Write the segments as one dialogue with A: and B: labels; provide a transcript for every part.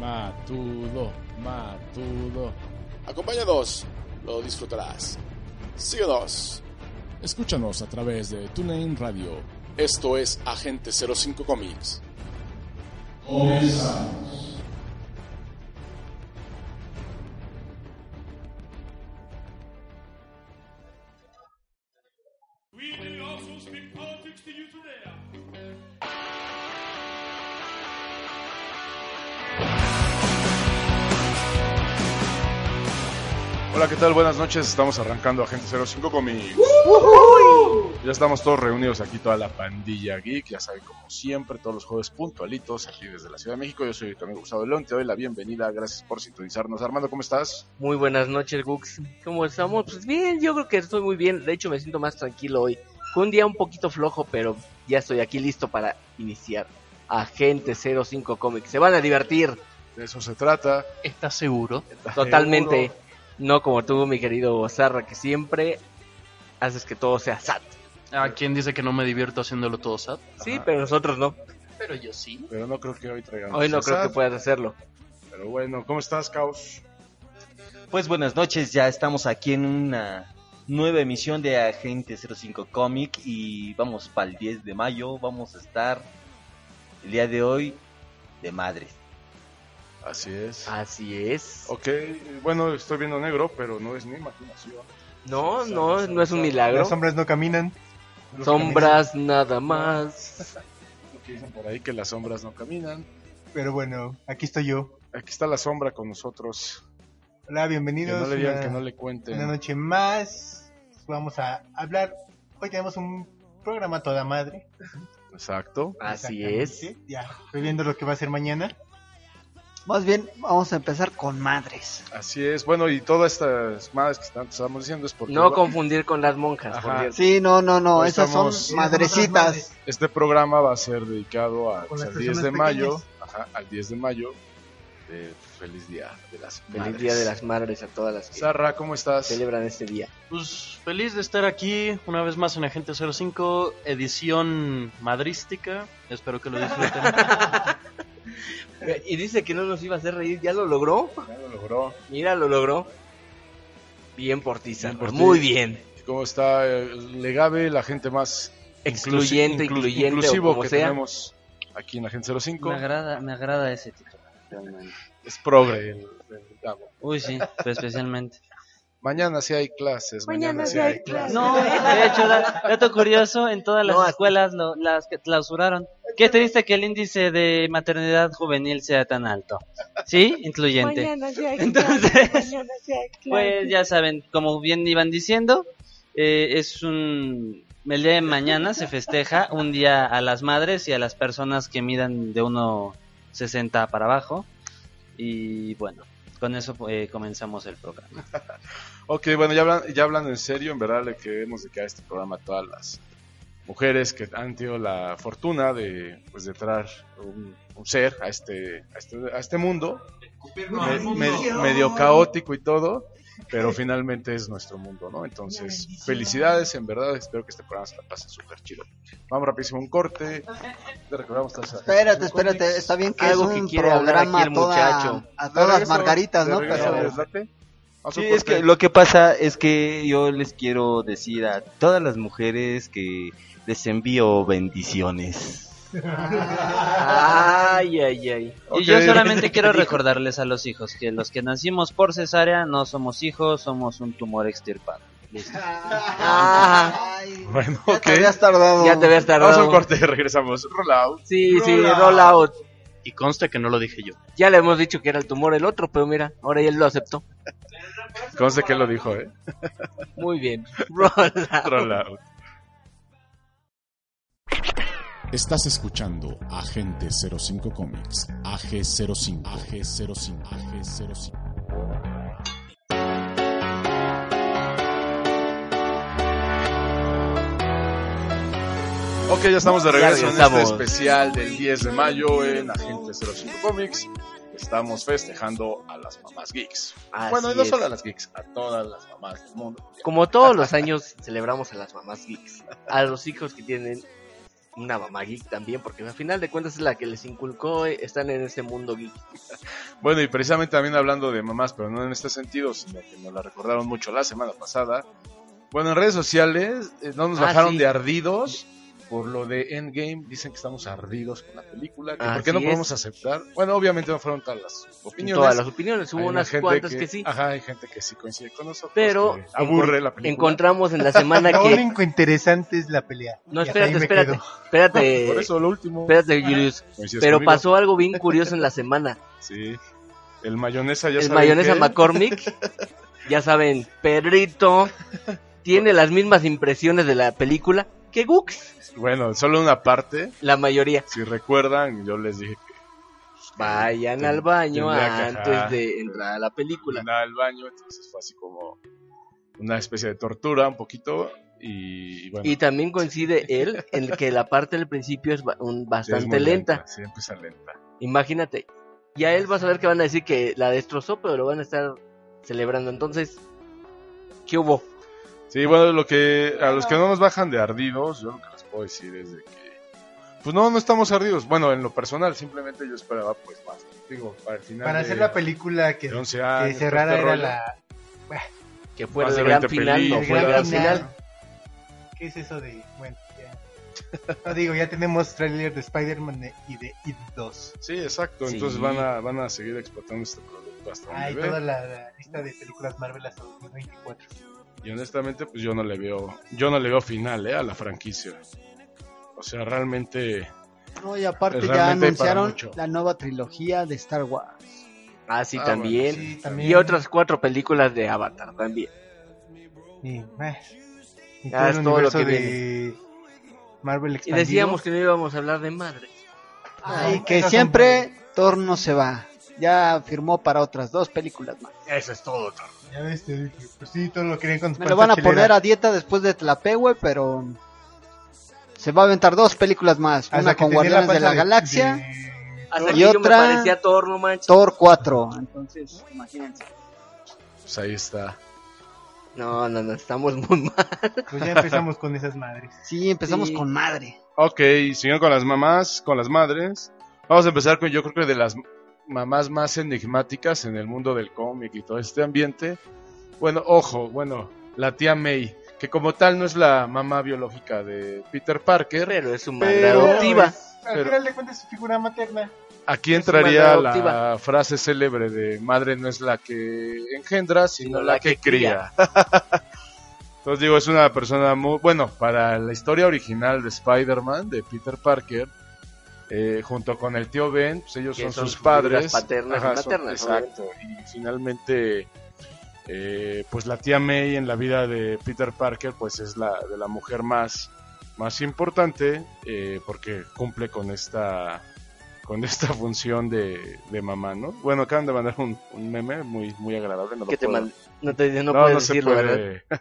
A: Matudo, Matudo. Acompáñanos, lo disfrutarás. Síguenos. Escúchanos a través de TuneIn Radio. Esto es Agente 05 Comics.
B: We will also speak politics to you today.
C: Hola, ¿qué tal? Buenas noches. Estamos arrancando Agente 05 Comics. Ya estamos todos reunidos aquí, toda la pandilla geek. Ya saben, como siempre, todos los jueves puntualitos aquí desde la Ciudad de México. Yo soy tu amigo Gustavo León. Te doy la bienvenida. Gracias por sintonizarnos. Armando, ¿cómo estás?
D: Muy buenas noches, Gux. ¿Cómo estamos? Pues bien, yo creo que estoy muy bien. De hecho, me siento más tranquilo hoy. Fue un día un poquito flojo, pero ya estoy aquí listo para iniciar Agente 05 Comics. Se van a divertir
C: De eso se trata.
E: ¿Estás seguro?
C: Ah,
D: totalmente. No como tú, mi querido Zarra, que siempre haces que todo sea sat.
E: ¿A Ah, quién dice que no me divierto haciéndolo todo sad?
D: Sí,
C: Ajá.
D: pero nosotros no.
E: Pero yo sí.
C: Pero pues no creo que hoy traigamos.
D: Hoy no creo
C: César.
D: que puedas hacerlo.
C: Pero bueno, ¿cómo estás, Caos?
F: Pues buenas noches, ya estamos aquí en una nueva emisión de Agente 05 Comic y vamos para el 10 de mayo, vamos a estar el día de hoy de madres.
C: Así es.
D: Así es.
C: Ok, bueno, estoy viendo negro, pero no es mi imaginación.
D: No, no, no es un milagro.
G: Los hombres no caminan.
D: Sombras nada más.
C: Lo que dicen por ahí, que las sombras no caminan.
G: Pero bueno, aquí estoy yo.
C: Aquí está la sombra con nosotros.
G: Hola,
C: Que
G: bienvenidos.
C: no le digan,
G: una,
C: que no le
G: una
C: cuenten.
G: noche más. Vamos a hablar. Hoy tenemos un programa a toda madre.
C: Exacto.
D: Así es.
G: Exactamente. Ya, estoy viendo lo que va a ser mañana.
H: Más bien, vamos a empezar con madres.
C: Así es, bueno, y todas estas madres que están- estamos diciendo es porque
D: No
C: va-
D: confundir con las monjas,
C: Ajá.
D: por Dios.
H: Sí, no, no, no,
C: Hoy
H: esas son
C: estamos-
H: madrecitas.
C: este programa va a ser dedicado a,
G: Con las
C: al 10 de
G: personas
C: mayo, ajá, al 10 de mayo. Eh, feliz día de las
D: Feliz
C: madres.
D: Día de las Madres a todas las que
C: Sarra, ¿cómo estás?
D: celebran este día.
E: Pues feliz de estar aquí una vez más en Agente 05, edición madrística. Espero que lo disfruten.
D: Y dice que no nos iba a hacer reír, ¿ya lo logró?
C: Ya lo logró.
D: Mira, lo logró. Bien por ti, Sandra,
C: por ti.
D: Muy bien.
C: ¿Cómo está el Legabe, la gente más
D: Excluyente,
C: inclusi- inclu-
D: incluyente
C: inclusivo
D: o como
C: que
D: sea.
C: tenemos aquí en Agente 05?
I: Me agrada, me agrada ese titular. realmente.
C: Es progre. el- el damo.
I: Uy, sí, pero especialmente.
C: Mañana sí hay clases. Mañana, sí hay clases.
I: No, de hecho, da- dato curioso, en todas las
D: No, aquí-
I: escuelas lo- las que clausuraron. Qué triste que el índice de maternidad juvenil sea tan alto. ¿Sí? Incluyente. Entonces, pues ya saben, como bien iban diciendo, eh, es un... El día de mañana se festeja un día a las madres y a las personas que midan de 1,60 para abajo. Y bueno, con eso eh, comenzamos el programa.
C: Ok, bueno, ya hablan, ya hablando en serio, en verdad le queremos dedicar este programa a todas las mujeres que han tenido la fortuna de, pues, de traer un, un ser a este, a este, a este mundo, me- me- medio caótico y todo, pero finalmente es nuestro mundo, ¿no? Entonces, felicidades, en verdad, espero que este programa se la pase súper chido. Vamos rapidísimo, a un corte, te recordamos todas las-
H: Espérate, espérate, está bien que
D: Algo
H: es
D: que
H: un
D: quiere hablar
H: programa
D: aquí
H: a
D: el
H: toda,
D: muchacho.
H: a
C: De
H: todas las
C: regreso,
H: margaritas,
C: de
H: ¿no?
C: regreso,
H: Pero
C: ¿les late? Vamos a
F: Sí,
C: un
F: es
C: corte.
F: que lo que pasa es que yo les quiero decir a todas las mujeres que les envío bendiciones.
D: Ay, ay, ay.
C: Ok.
I: Y yo solamente quiero recordarles a los hijos que los que nacimos por cesárea no somos hijos, somos un tumor extirpado.
D: Ah,
C: Bueno,
H: Pues, Ya
C: ok.
H: te habías tardado.
D: ya te habías
C: Vamos a un
D: tardado.
C: corte, regresamos. Roll out.
D: Sí, sí, roll out.
E: Y consta que no lo dije yo.
D: Ya le hemos dicho que era el tumor el otro, pero mira, ahora él lo aceptó.
C: Conste que él lo dijo, ¿eh?
D: Muy bien. Roll out.
C: Roll out.
A: Estás escuchando Agente 05 Comics, AG05, AG05, AG05.
C: Ok, ya estamos de
D: Ya
C: regreso en este
D: regresamos.
C: especial del 10 de mayo en Agente 05 Comics. Estamos festejando a las mamás geeks.
D: Así
C: bueno, y no
D: es.
C: solo a las geeks, a todas las mamás del mundo.
D: Como todos los años celebramos a las mamás geeks, a los hijos que tienen una mamá geek también, porque al final de cuentas es la que les inculcó, eh, están en este mundo geek.
C: Bueno, y precisamente también hablando de mamás, pero no en este sentido, sino que nos la recordaron mucho la semana pasada. Bueno, en redes sociales eh, no nos
D: Ah,
C: bajaron
D: sí.
C: de ardidos por lo de Endgame. Dicen que estamos ardidos con la película, que por
D: Así
C: qué no
D: es.
C: podemos aceptar. Bueno, obviamente no fueron todas las opiniones.
D: Todas las opiniones,
C: Hay
D: hubo
C: una
D: unas
C: gente
D: cuantas que, sí,
C: Ajá, hay gente que sí coincide con nosotros.
D: Pero
C: que aburre la película.
D: encontramos en la semana
G: Lo
D: que...
G: único interesante es la pelea.
D: No,
G: Y hasta
D: espérate,
G: ahí me
D: espérate,
G: quedo.
C: Por
D: espérate,
C: eso Ah, lo último.
D: espérate, Julius.
C: coincides
D: Pero
C: conmigo.
D: pasó algo bien curioso en la semana.
C: Sí. El mayonesa ya
D: el
C: saben
D: mayonesa
C: qué.
D: McCormick, ya saben, perrito, tiene las mismas impresiones de la película que Gux,
C: Bueno, solo una parte.
D: la mayoría.
C: Si recuerdan, yo les dije que
D: Vayan
C: Ten-
D: al baño
C: tendría que- ajá.
D: antes de entrar a la película.
C: andaba al baño, entonces fue así como una especie de tortura un poquito. Y bueno,
D: Y también coincide él en que la parte del principio es ba- un-
C: sí, es
D: bastante
C: muy
D: lenta.
C: Sí, empieza lenta.
D: Imagínate. Y a él vas a ver que van a decir que la destrozó, pero lo van a estar celebrando. Entonces, ¿qué hubo?
C: Sí, bueno, lo que a los que no nos bajan de ardidos, yo lo que les puedo decir es de que pues no, no estamos ardidos. Bueno, en lo personal, simplemente yo esperaba pues más. Digo, para el final
G: Para
C: de,
G: hacer la película que,
C: de 11
G: que
C: años,
G: cerrara
C: este
G: era
C: rollo,
G: la,
D: Que fue
C: Más
D: el
C: de
D: gran
C: 20
D: final, no
C: películas.
D: fue el gran
C: Gran
D: final.
G: ¿Qué es eso de.? Bueno, ya. No digo, ya tenemos tráiler de Spider-Man e- y de It 2.
C: Sí, exacto.
D: Sí.
C: Entonces van a, van a seguir explotando este producto hasta donde
G: Hay
C: ve.
G: toda la, la lista de películas Marvel hasta 2024.
C: Y honestamente, pues yo no le veo, yo no le veo final ¿eh? a la franquicia. O sea, realmente
H: No, y aparte ya
C: Realmente hay para
H: anunciaron
C: mucho.
H: la nueva trilogía de Star Wars.
D: Ah, sí,
C: Ah,
D: también.
G: Sí,
D: Y otras cuatro películas de Avatar también.
G: Y, eh, y
D: Ya
G: todo
D: es
G: el
D: todo lo
G: universo
D: que
G: de Marvel
D: Y
G: expandido.
D: decíamos que no íbamos a hablar de madre.
H: Ah, y
G: no,
H: que
G: esas son
H: siempre Thor no se va. Ya firmó para otras dos películas más.
C: eso es todo.
G: Ya ves, te dije, pues sí, todo lo creen con su
H: Me lo van
G: panza
H: a
G: chelera.
H: poner a dieta después de Tlapehue, pero se va a aventar dos películas más.
G: Hasta
H: Una
G: que
H: con
G: tenía
H: Guardianes de
G: panza
H: la Galaxia,
G: de-
D: Hasta
H: Y
D: que yo me
H: otra-
D: parecía Thor, no manches.
H: Thor 4. Entonces, imagínense.
C: Pues ahí está.
D: No, no, no, estamos muy mal.
G: Pues ya empezamos con esas madres.
H: Sí, empezamos
D: Sí.
H: con madre.
C: Ok, siguiendo con las mamás, con las madres. Vamos a empezar con, yo creo que de las mamás más enigmáticas en el mundo del cómic y todo este ambiente. Bueno, ojo, bueno, la tía May, que como tal no es la mamá biológica de Peter Parker,
D: Pero es su madre
C: Pero-
D: adoptiva.
G: Al
C: Pero-
G: final de cuentas, su figura materna.
C: aquí
D: es su madre
C: entraría la
D: adoptiva.
C: frase célebre de madre no es la que engendra, sino la que cría. Entonces digo, es una persona muy... Bueno, para la historia original de Spider-Man, de Peter Parker, eh, junto con el tío Ben, pues ellos
D: Que
C: son,
D: son
C: sus
D: sus
C: padres.
D: figuras paternas y
C: son-
D: maternas,
C: exacto. Y finalmente, eh, pues la tía May en la vida de Peter Parker, pues es la de la mujer más, más importante, eh, porque cumple con esta con esta función de, de mamá, ¿no? Bueno, acaban de mandar un, un meme muy, muy agradable. No lo
D: Que te
C: puedo-
D: man- No te no, puedes decirlo, ¿verdad?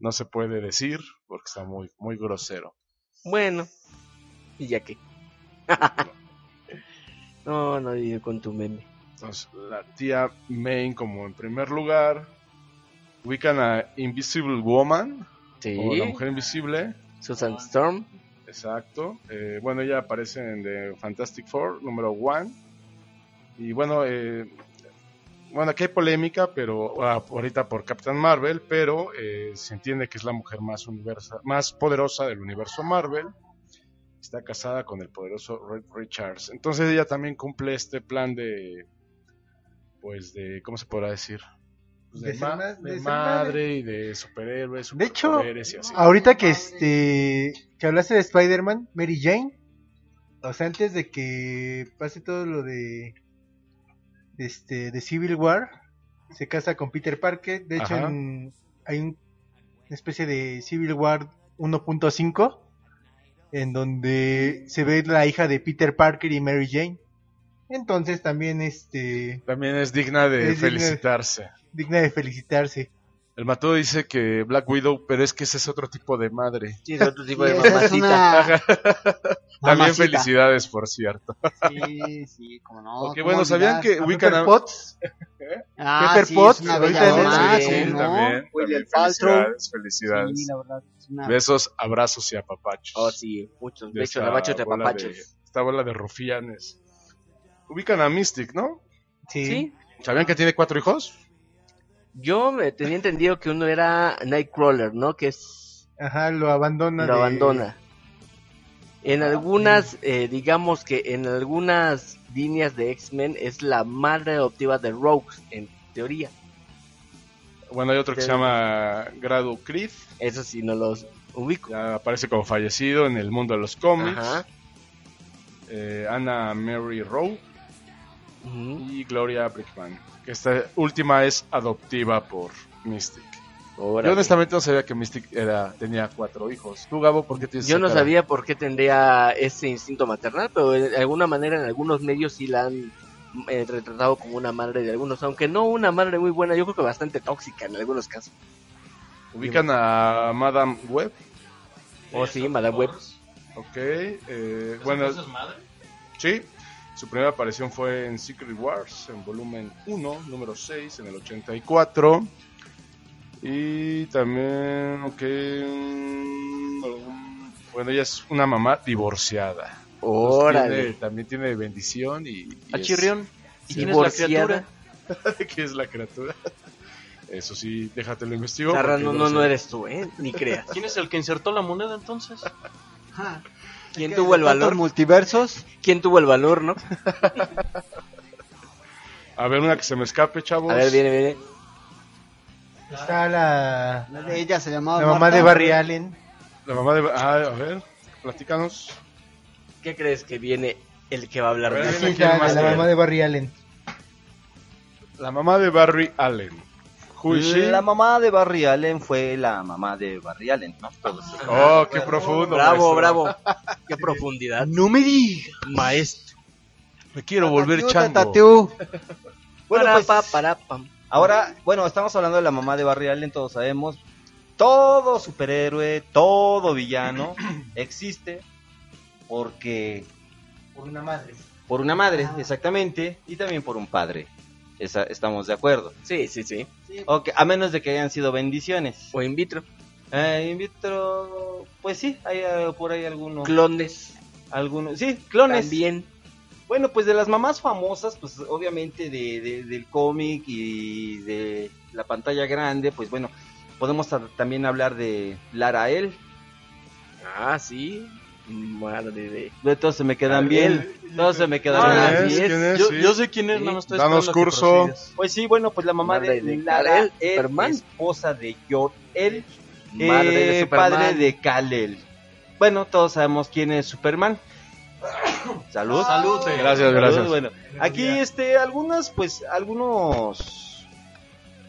C: no se puede decir porque está muy, muy grosero.
D: Bueno, y ya que. no, no, yo con tu meme.
C: Entonces, la tía Main como en primer lugar. Ubican a Invisible Woman,
D: Sí,
C: o la mujer invisible,
D: Susan Storm.
C: exacto. Eh, bueno, ella aparece en The Fantastic Four, número one. Y bueno, eh, bueno, aquí hay polémica, pero ah, ahorita por Captain Marvel, pero eh, se entiende que es la mujer más, universa, más poderosa del universo Marvel. Está casada con el poderoso Red Richards. Entonces ella también cumple este plan de, pues de, ¿cómo se podrá decir? pues,
G: De
C: de,
G: ser
C: ma-
G: ma-
C: de
G: de ser
C: madre y de superhéroes,
G: De hecho,
C: superpoderes y así.
G: Ahorita que este que hablaste de Spider-Man, Mary Jane, o sea, antes de que pase todo lo de de este de Civil War, se casa con Peter Parker, de hecho
C: Ajá.
G: en- hay un- una especie de Civil War 1.5 en donde se ve la hija de Peter Parker y Mary Jane. Entonces también este
C: También es digna de
G: Es digna de-
C: felicitarse.
G: digna de felicitarse.
C: El Mató dice que Black Widow, pero es que ese es otro tipo de madre.
I: Sí, es otro tipo
H: Sí,
I: de
H: esa es
I: mamacita.
H: una...
C: También
H: Mamacita.
C: felicidades, por cierto.
H: Sí, sí, como no.
C: Porque,
H: ¿cómo
C: bueno, ¿sabían
H: olvidar?
C: que
G: A
C: Wiccan
G: Pepper
C: Am-
G: Potts,
H: Ah,
G: Pepper
H: sí,
G: Potts,
H: es una
G: ahorita
H: bella
G: en el-
H: dama,
C: Sí,
H: ¿cómo
C: también,
H: no?
C: también
H: William Paltrow.
C: felicidades, felicidades.
H: Sí, la verdad, es una...
C: Besos, abrazos y apapachos.
D: Oh, sí, muchos.
C: De
D: De hecho,
C: esta
D: la macho de
C: bola
D: papachos.
C: de- Esta bola de rufianes. Ubican a Mystic, ¿no?
G: sí.
D: Sí,
C: ¿Sabían que tiene cuatro hijos?
D: yo me tenía entendido que uno era Nightcrawler, ¿no? Que es
G: Ajá, lo abandona.
D: lo
G: de-
D: abandona. En algunas, eh, digamos que en algunas líneas de X-Men es la madre adoptiva de Rogue, en teoría.
C: Bueno, hay otro que
D: Sí.
C: se llama Grado Creed.
D: Eso sí, no los ubico.
C: Ya aparece como fallecido en el mundo de los cómics.
D: Ajá.
C: Eh, Anna Mary Rowe
D: Ujú.
C: y Gloria Brickman. Que esta última es adoptiva por Mystic.
D: Órale.
C: Yo honestamente no sabía que Mystic era, tenía cuatro hijos. ¿Tú, Gabo, por qué tienes
D: Yo
C: esa
D: no
C: cara?
D: sabía por qué tendría ese instinto maternal, pero de alguna manera en algunos medios sí la han eh, retratado como una madre de algunos, aunque no una madre muy buena, yo creo que bastante tóxica en algunos casos.
C: Ubican a Madame Web.
D: Oh, sí, Madame Web.
C: Ok. eh, bueno,
E: ¿Eso es madre?
C: sí. Su primera aparición fue en Secret Wars, en volumen 1, número 6, en el 84. Y también, ok. mm, Bueno, ella es una mamá divorciada. Entonces
D: Órale.
C: pues
D: Ah,
C: tiene- también tiene bendición y. y es-
E: A Chirrión. ¿Y quién es la
D: Divorciada.
E: criatura?
C: ¿Qué es la criatura? Eso sí, déjatelo investigo.
D: Narra,
C: porque
D: no,
C: luego
D: no,
C: se-
D: no eres tú, ¿eh? Ni creas.
E: ¿Quién es el que insertó la moneda entonces?
D: ¿Quién
H: que
D: tuvo el
H: de tantos
D: valor?
H: multiversos?
D: ¿Quién tuvo el valor, no?
C: A ver, una que se me escape, chavos.
D: A ver, viene, viene.
G: Está la,
H: La de ella se llamaba
G: la mamá
H: Marta.
G: de Barry Allen.
C: La mamá de. Ah, a ver, platícanos.
D: ¿Qué crees que viene el que va a hablar
C: A
D: de
C: ver,
D: eso?
C: viene.
G: Hija
C: quién más
G: de la
C: tiene?
G: mamá de Barry Allen.
C: La mamá de Barry Allen. Who is she?
F: La mamá de Barry Allen fue la mamá de Barry Allen, ¿no? Todos
C: Oh, qué profundo. maestro.
D: Bravo, bravo. Qué profundidad.
F: No me digas.
D: Maestro.
C: Me quiero volver
H: Tatiu,
C: chango.
H: tatiu.
F: Bueno,
D: Para,
F: pues-
D: pa, para, pam.
F: Ahora, bueno, estamos hablando de la mamá de Barry Allen, todos sabemos. Todo superhéroe, todo villano existe porque
G: Por una madre.
F: por una
D: Ah.
F: madre, exactamente, y también por un padre. Esa- estamos de acuerdo.
D: Sí, sí, sí. Pues-
F: Ok, a menos de que hayan sido bendiciones.
D: O in vitro.
F: Eh, in vitro, pues sí, hay eh, por ahí algunos,
D: Clones.
F: algunos, sí, clones.
D: También.
F: Bueno, pues de las mamás famosas, pues obviamente de, de- del cómic y de la pantalla grande, pues bueno, podemos a- también hablar de Lara El.
D: Ah, sí. Madre de.
F: Todos se me quedan bien. Todos se me quedan
C: ¿Quién
D: Ah,
F: bien.
C: es?
D: sí es.
C: ¿Quién es?
E: Yo,
C: Sí.
E: yo sé quién es,
D: Sí.
E: no me estoy
C: Danos
E: esperando a que
C: curso.
E: prosigas.
F: Pues sí, bueno, pues la mamá de,
D: Madre de
F: Lara El,
D: Kal-El, Superman.
F: esposa de Jor El,
D: Madre
I: Eh,
D: de Superman.
F: padre de Kal El. Bueno, todos sabemos quién es Superman. Salud.
E: Salud.
C: Gracias, gracias.
F: Bueno, aquí este algunas pues algunos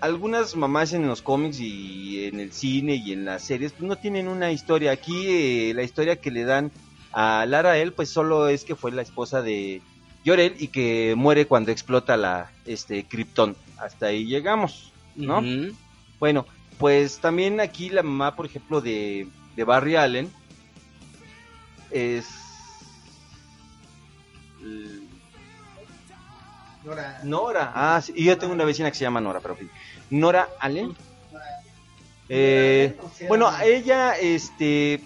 F: algunas mamás en los cómics y en el cine y en las series pues, no tienen una historia. Aquí eh, la historia que le dan a Lara él pues solo es que fue la esposa de Llorel y que muere cuando explota la este Krypton. Hasta ahí llegamos, ¿no?
D: Ujú.
F: Bueno, pues también aquí la mamá, por ejemplo, de, de Barry Allen es l-
G: Nora.
F: Nora. Ah, sí, y yo tengo una vecina que se llama Nora, pero en fin. Nora Allen. Eh, bueno, a ella, este,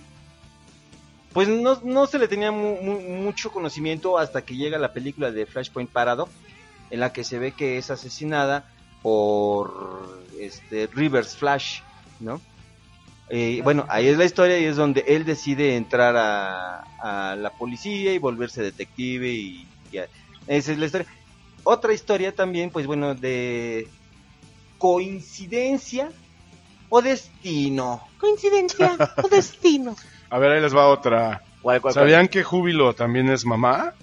F: pues no, no se le tenía mu- mu- mucho conocimiento hasta que llega la película de Flashpoint Paradox, en la que se ve que es asesinada por este Rivers Flash, ¿no? Eh, bueno, ahí es la historia y es donde él decide entrar a, a la policía y volverse detective y, y a- esa es la historia. Otra historia también, pues bueno, de coincidencia o destino.
J: Coincidencia o destino.
C: A ver, ahí les va otra.
D: ¿Cuál, cuál, cuál?
C: ¿Sabían que Júbilo también es mamá?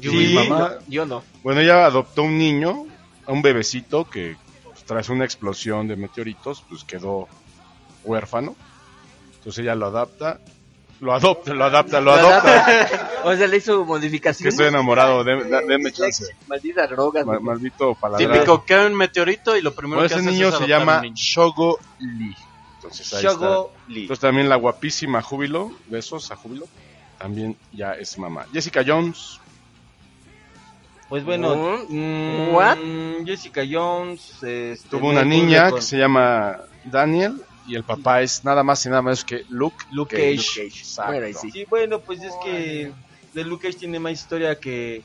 D: Sí,
C: Mi mamá-
D: no, yo no.
C: Bueno, ella adoptó un niño, a un bebecito que pues, tras una explosión de meteoritos, pues quedó huérfano. Entonces ella lo adapta, lo adopta, lo adapta, lo adopta.
D: o sea, le hizo
C: Que
D: modificaciones.
C: estoy enamorado, de- da- denme chance.
D: Maldita droga.
C: Ma- Maldito paladar.
E: Típico, cae un meteorito y lo primero
C: Bueno,
E: que
C: ese
E: haces
C: niño
E: es
C: se
E: adoptar
C: llama
E: un niño.
C: Shogo Lee. Entonces ahí está.
F: Shogo Lee.
C: Entonces también la guapísima Júbilo, besos a Júbilo, también ya es mamá. Jessica Jones,
F: Pues bueno, mm,
D: What?
F: Jessica Jones este,
C: tuvo una
F: no
C: niña
F: cumple
C: que se llama Daniel y el papá es nada más y nada menos que Luke,
F: Luke Cage.
C: Exacto.
D: Bueno, ahí sí.
F: Sí, bueno, pues es que de Luke Cage tiene más historia que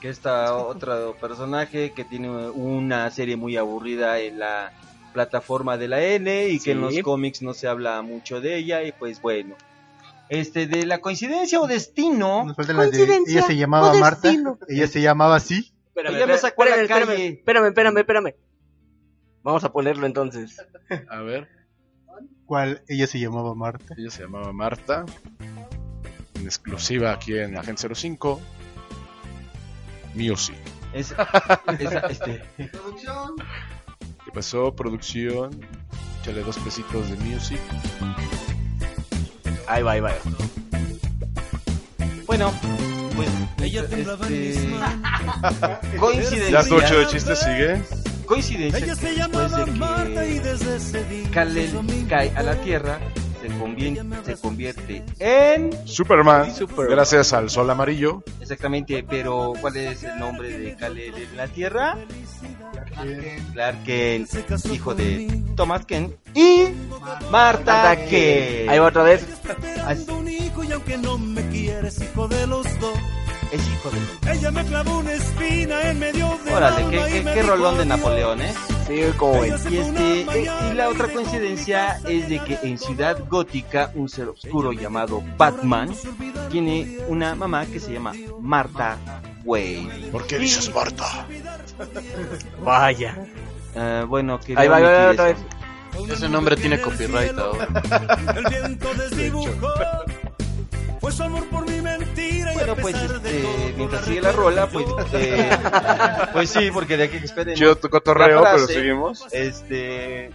F: que esta otro personaje que tiene una serie muy aburrida en la plataforma de la N y que en los
D: Sí.
F: cómics no se habla mucho de ella y pues bueno. Este de la coincidencia o destino,
G: Nos faltan las de-
J: Coincidencia
G: Ella se llamaba
J: o
G: Marta.
J: destino.
G: Ella se llamaba así.
D: Espérame,
F: Ella me sacó a la
D: espérame,
F: calle.
D: Espérame, espérame, espérame. Vamos a ponerlo entonces.
C: A ver,
G: ¿Cuál? Ella se llamaba Marta.
C: ella se llamaba Marta. En exclusiva aquí en Agente 05. Music.
F: es, es- este,
C: ¿Qué pasó? Producción. Échale dos pesitos de Music.
D: Ahí va, ahí va.
F: bueno, pues este, coincidencia.
C: Ya estuvo chido de chiste, sigue.
F: coincidencia que después de que Kal-El cae a la Tierra se convien- se convierte, en
C: Superman.
F: Superman.
C: Gracias al sol amarillo.
F: exactamente pero cuál es el nombre de Kal-El en la Tierra
G: Ah, Eh,
F: Clark Kent hijo de Thomas Kent y Marta Kent
D: Ahí va otra vez.
F: Así-
B: y aunque no me quieres, hijo de los dos.
F: es hijo de
B: Ella me clavó una espina en medio de
F: órale qué, qué- qué rolón de Napoleón eh
D: Sí, como es.
F: Y, este, eh, y la otra coincidencia es de que en Ciudad Gótica un ser oscuro llamado Batman tiene una mamá que se llama Marta Wayne.
A: ¿Por qué dices Marta?
D: Vaya.
F: Eh, bueno, que
D: Ahí va, ahí va, ahí va, otra vez.
E: Ese nombre tiene copyright ahora.
B: El viento desdibujó. Fue su amor por mi mentira.
F: Bueno, pues este, mientras sigue la rola, pues eh, pues sí, porque de aquí que esperen.
C: Chido tu cotorreo,
F: La frase.
C: pero seguimos.
F: Este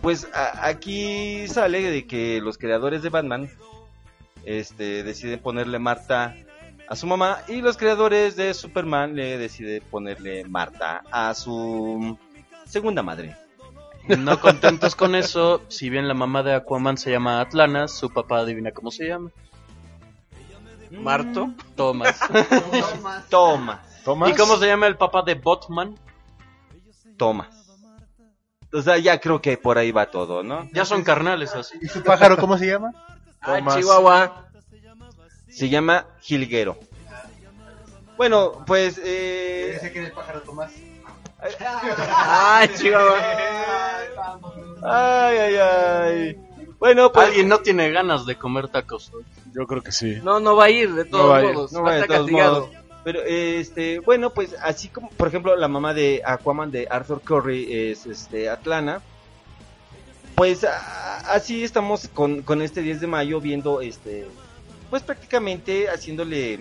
F: pues a- aquí sale de que los creadores de Batman este deciden ponerle Marta a su mamá y los creadores de Superman le deciden ponerle Marta a su segunda madre.
E: No contentos con eso, si bien la mamá de Aquaman se llama Atlana, su papá adivina cómo se llama.
D: Marto.
E: Thomas.
F: Toma,
C: Toma.
E: ¿Y cómo se llama el papá de Botman?
F: toma. O sea, ya creo que por ahí va todo, ¿no?
E: Ya son carnales así.
G: ¿Y su pájaro cómo se llama?
D: Ah,
C: Tomás.
D: Chihuahua.
F: Se llama Jilguero. Bueno, pues eh,
G: que era el pájaro Tomás.
D: Ah, Chihuahua.
F: ay ay ay. Bueno, pues
E: Alguien no tiene ganas de comer tacos. hoy.
C: Yo creo que sí.
D: No, no va a ir, de todos
C: va a ir,
D: modos.
F: No,
D: va a
F: de
D: estar
F: todos
D: castigado.
F: modos. Pero este, bueno, pues así como por ejemplo la mamá de Aquaman de Arthur Curry es este Atlana. Pues a- así estamos con, con este 10 de mayo viendo este pues prácticamente haciéndole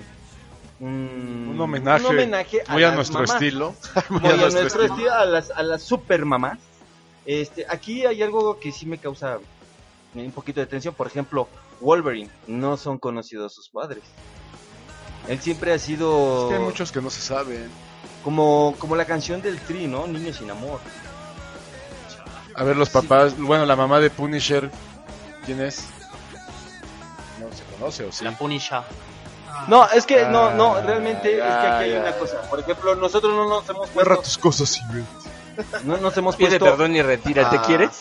F: mm,
C: Un homenaje
F: un homenaje
C: Muy a
F: las
C: nuestro
F: mamás.
C: estilo.
F: Muy a nuestro estilo, a las a las super mamás. Este, aquí hay algo que sí me causa eh, un poquito de tensión, por ejemplo, Wolverine, no son conocidos sus padres. Él siempre ha
C: Es
F: sido
C: que hay muchos que no se saben.
F: como, como la canción del Tri, ¿no? Niño sin amor.
C: A ver, los papás. Bueno, la mamá de Punisher. ¿Quién es? No se conoce, ¿o sí?
E: La Punisha.
F: No, es que no, no,
C: Ah,
F: realmente es que
C: ya,
F: aquí hay
C: ya.
F: una cosa. Por ejemplo, nosotros no nos hemos
C: Agarra
F: puesto,
C: tus cosas y ve.
F: no nos hemos
D: Pide
F: puesto,
D: perdón y retira. ¿Te
F: Ah.
D: quieres?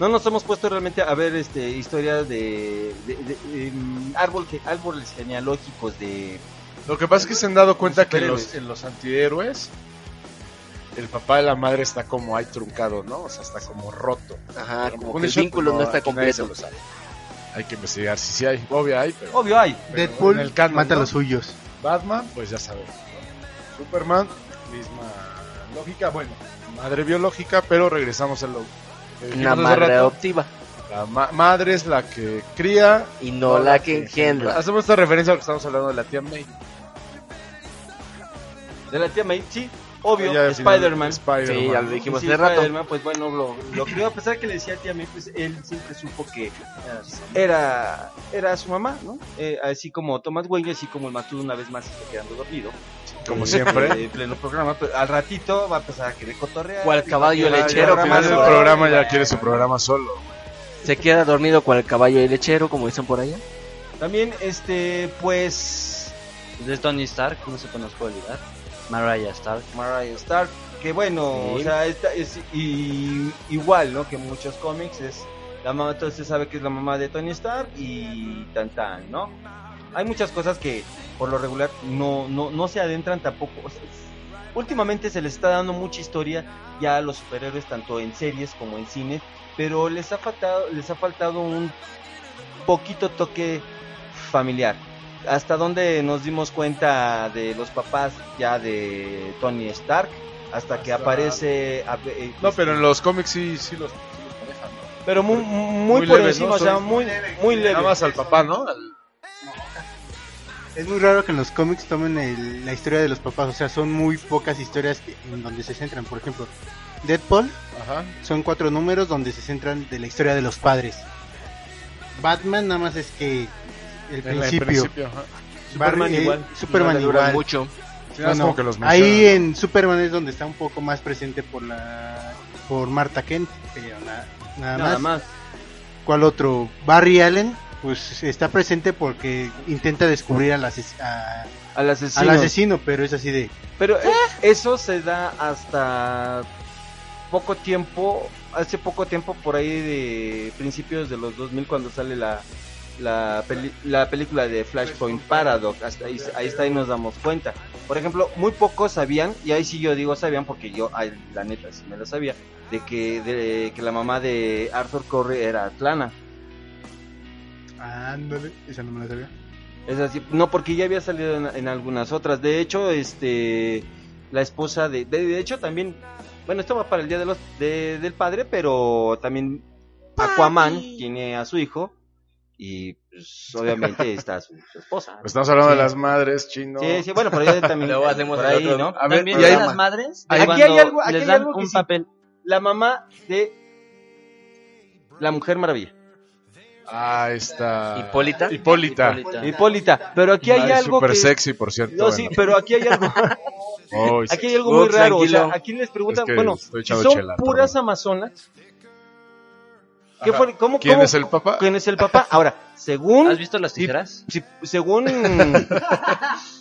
F: no nos hemos puesto realmente a ver este historias de, de- de, em, árbol que- árboles genealógicos de
C: Lo que pasa es que se han dado cuenta que en los,
F: Superhéroes.
C: en los antihéroes el papá de la madre está como ahí truncado, ¿no? O sea, está como roto.
D: Ajá,
C: Pero
D: como que el
C: Punisher,
D: vínculo
C: pues,
D: no está
C: aquí nadie se
D: completo.
C: lo sabe. Hay que investigar si sí hay. Obvio hay, pero
F: Obvio hay.
G: Deadpool
C: en el canon,
G: mata a
C: ¿no?
G: los suyos.
C: Batman, pues ya sabemos. ¿no? Superman, misma Lógica, bueno. Madre biológica, pero regresamos al lo. que dijimos
D: La
C: hace
D: madre
C: rato.
D: adoptiva.
C: La ma- madre es la que cría
D: y no la que engendra.
C: Hacemos esta referencia a lo que estamos hablando de la tía May.
F: De la tía May, sí, obvio,
C: Ella al final,
F: Spider-Man.
C: Spider-Man.
D: Sí, ya lo dijimos
F: Sí,
D: hace rato.
F: Spider-Man, pues bueno, lo, lo crió, a pesar que le decía tía May, pues él siempre supo que era, era su mamá, ¿no? Eh, así como Thomas Wayne, así como el Matudo una vez más se está quedando dormido.
C: Como
F: Eh,
C: siempre.
F: En pleno programa, pero al ratito va a empezar a querer cotorrear.
D: Cual
F: Y
D: caballo
F: va a quedar
D: lechero,
C: Al
F: el
C: final
D: más
C: del
F: programa
C: programa ya quiere su programa solo.
D: Se queda dormido cual caballo y lechero, como dicen por allá.
F: También, este, pues,
I: De Tony Stark, no se conozco olvidar. Mariah Stark.
F: Mariah Stark, que bueno,
D: Sí.
F: o sea, esta es i- igual, ¿no? Que muchos cómics es la mamá, entonces se sabe que es la mamá de Tony Stark y tan tan, ¿no? Hay muchas cosas que por lo regular no no no se adentran tampoco. o sea, es- últimamente se les está dando mucha historia ya a los superhéroes tanto en series como en cine, pero les ha faltado les ha faltado un poquito toque familiar hasta donde nos dimos cuenta de los papás ya de Tony Stark hasta que
C: Hasta-
F: aparece a- eh,
C: No,
F: este,
C: pero en los cómics sí, sí los, sí los manejan. ¿no?
F: pero muy, muy,
C: Muy
F: por
C: leves,
F: encima,
C: ¿no?
F: o sea,
C: Son-
F: muy, muy leve.
C: Nada más al papá, ¿no? Al-
G: Es muy raro que en los cómics tomen el- la historia de los papás, o sea, son muy pocas historias que- en donde se centran. Por ejemplo, Deadpool
C: Ajá.
G: son cuatro números donde se centran de la historia de los padres. Batman nada más es que el
C: En la- en
G: principio.
C: principio. ajá.
G: Superman igual. eh, Superman
D: No le duran
G: igual.
D: mucho.
C: Sí, nada más
G: Bueno,
C: como que los
G: ahí
C: mencionan.
G: en Superman es donde está un poco más presente por la por Marta Kent, pero na- nada,
F: Nada
G: más.
F: más.
G: ¿Cuál otro? Barry Allen, pues está presente porque intenta descubrir al, ases- a-
F: Al asesino.
G: al asesino, pero es así de
F: Pero eh, eso se da hasta poco tiempo, hace poco tiempo, por ahí de principios de los 2000, cuando sale la, la, peli- la película de Flashpoint Paradox. Hasta ahí, ahí está, ahí nos damos cuenta. Por ejemplo, muy pocos sabían, y ahí sí yo digo sabían porque yo, ay, la neta, sí me lo sabía, de que, de, que la mamá de Arthur Corre era Atlana.
G: ándale, esa no me la sabía.
F: Es así, no, porque ya había salido en, en algunas otras. De hecho, este, la esposa de, de, de hecho también, bueno, esto va para el día de los, de- del padre, pero también Aquaman
J: Papi.
F: tiene a su hijo y pues, obviamente está su, su esposa.
C: Pues Estamos hablando
F: Sí.
C: de las madres, chino.
F: Sí, sí, bueno, pero ya también
D: Luego hacemos
F: por
D: el
F: ahí,
D: otro,
F: ¿no?
C: A ver,
I: También
C: y
I: de
C: ahí-
I: las madres. de
F: Aquí
I: cuando
F: hay algo- aquí
I: les
F: hay
I: dan
F: algo que
I: un
F: sí.
I: papel.
F: la mamá de la Mujer Maravilla,
C: Ah, está.
D: Hipólita.
C: Hipólita.
D: Ah.
F: Hipólita. Pero aquí hay
C: Ay,
F: algo
C: súper
F: que
C: sexy, por cierto.
F: no, sí, pero aquí hay algo
C: bueno. Ay,
F: Aquí hay algo
D: Ups,
F: muy raro, o sea,
D: tranquilo.
F: aquí les preguntan,
C: pues, Es que
F: bueno,
C: estoy
F: si
C: echado
F: son
C: chela,
F: puras
C: perdón.
F: amazonas, ¿qué
C: Ajá.
F: fue- cómo,
C: ¿Quién
F: cómo-
C: es el papá?
F: ¿Quién es el papá? Ahora,
I: ¿Has
F: según,
I: visto las tijeras?
F: si- según,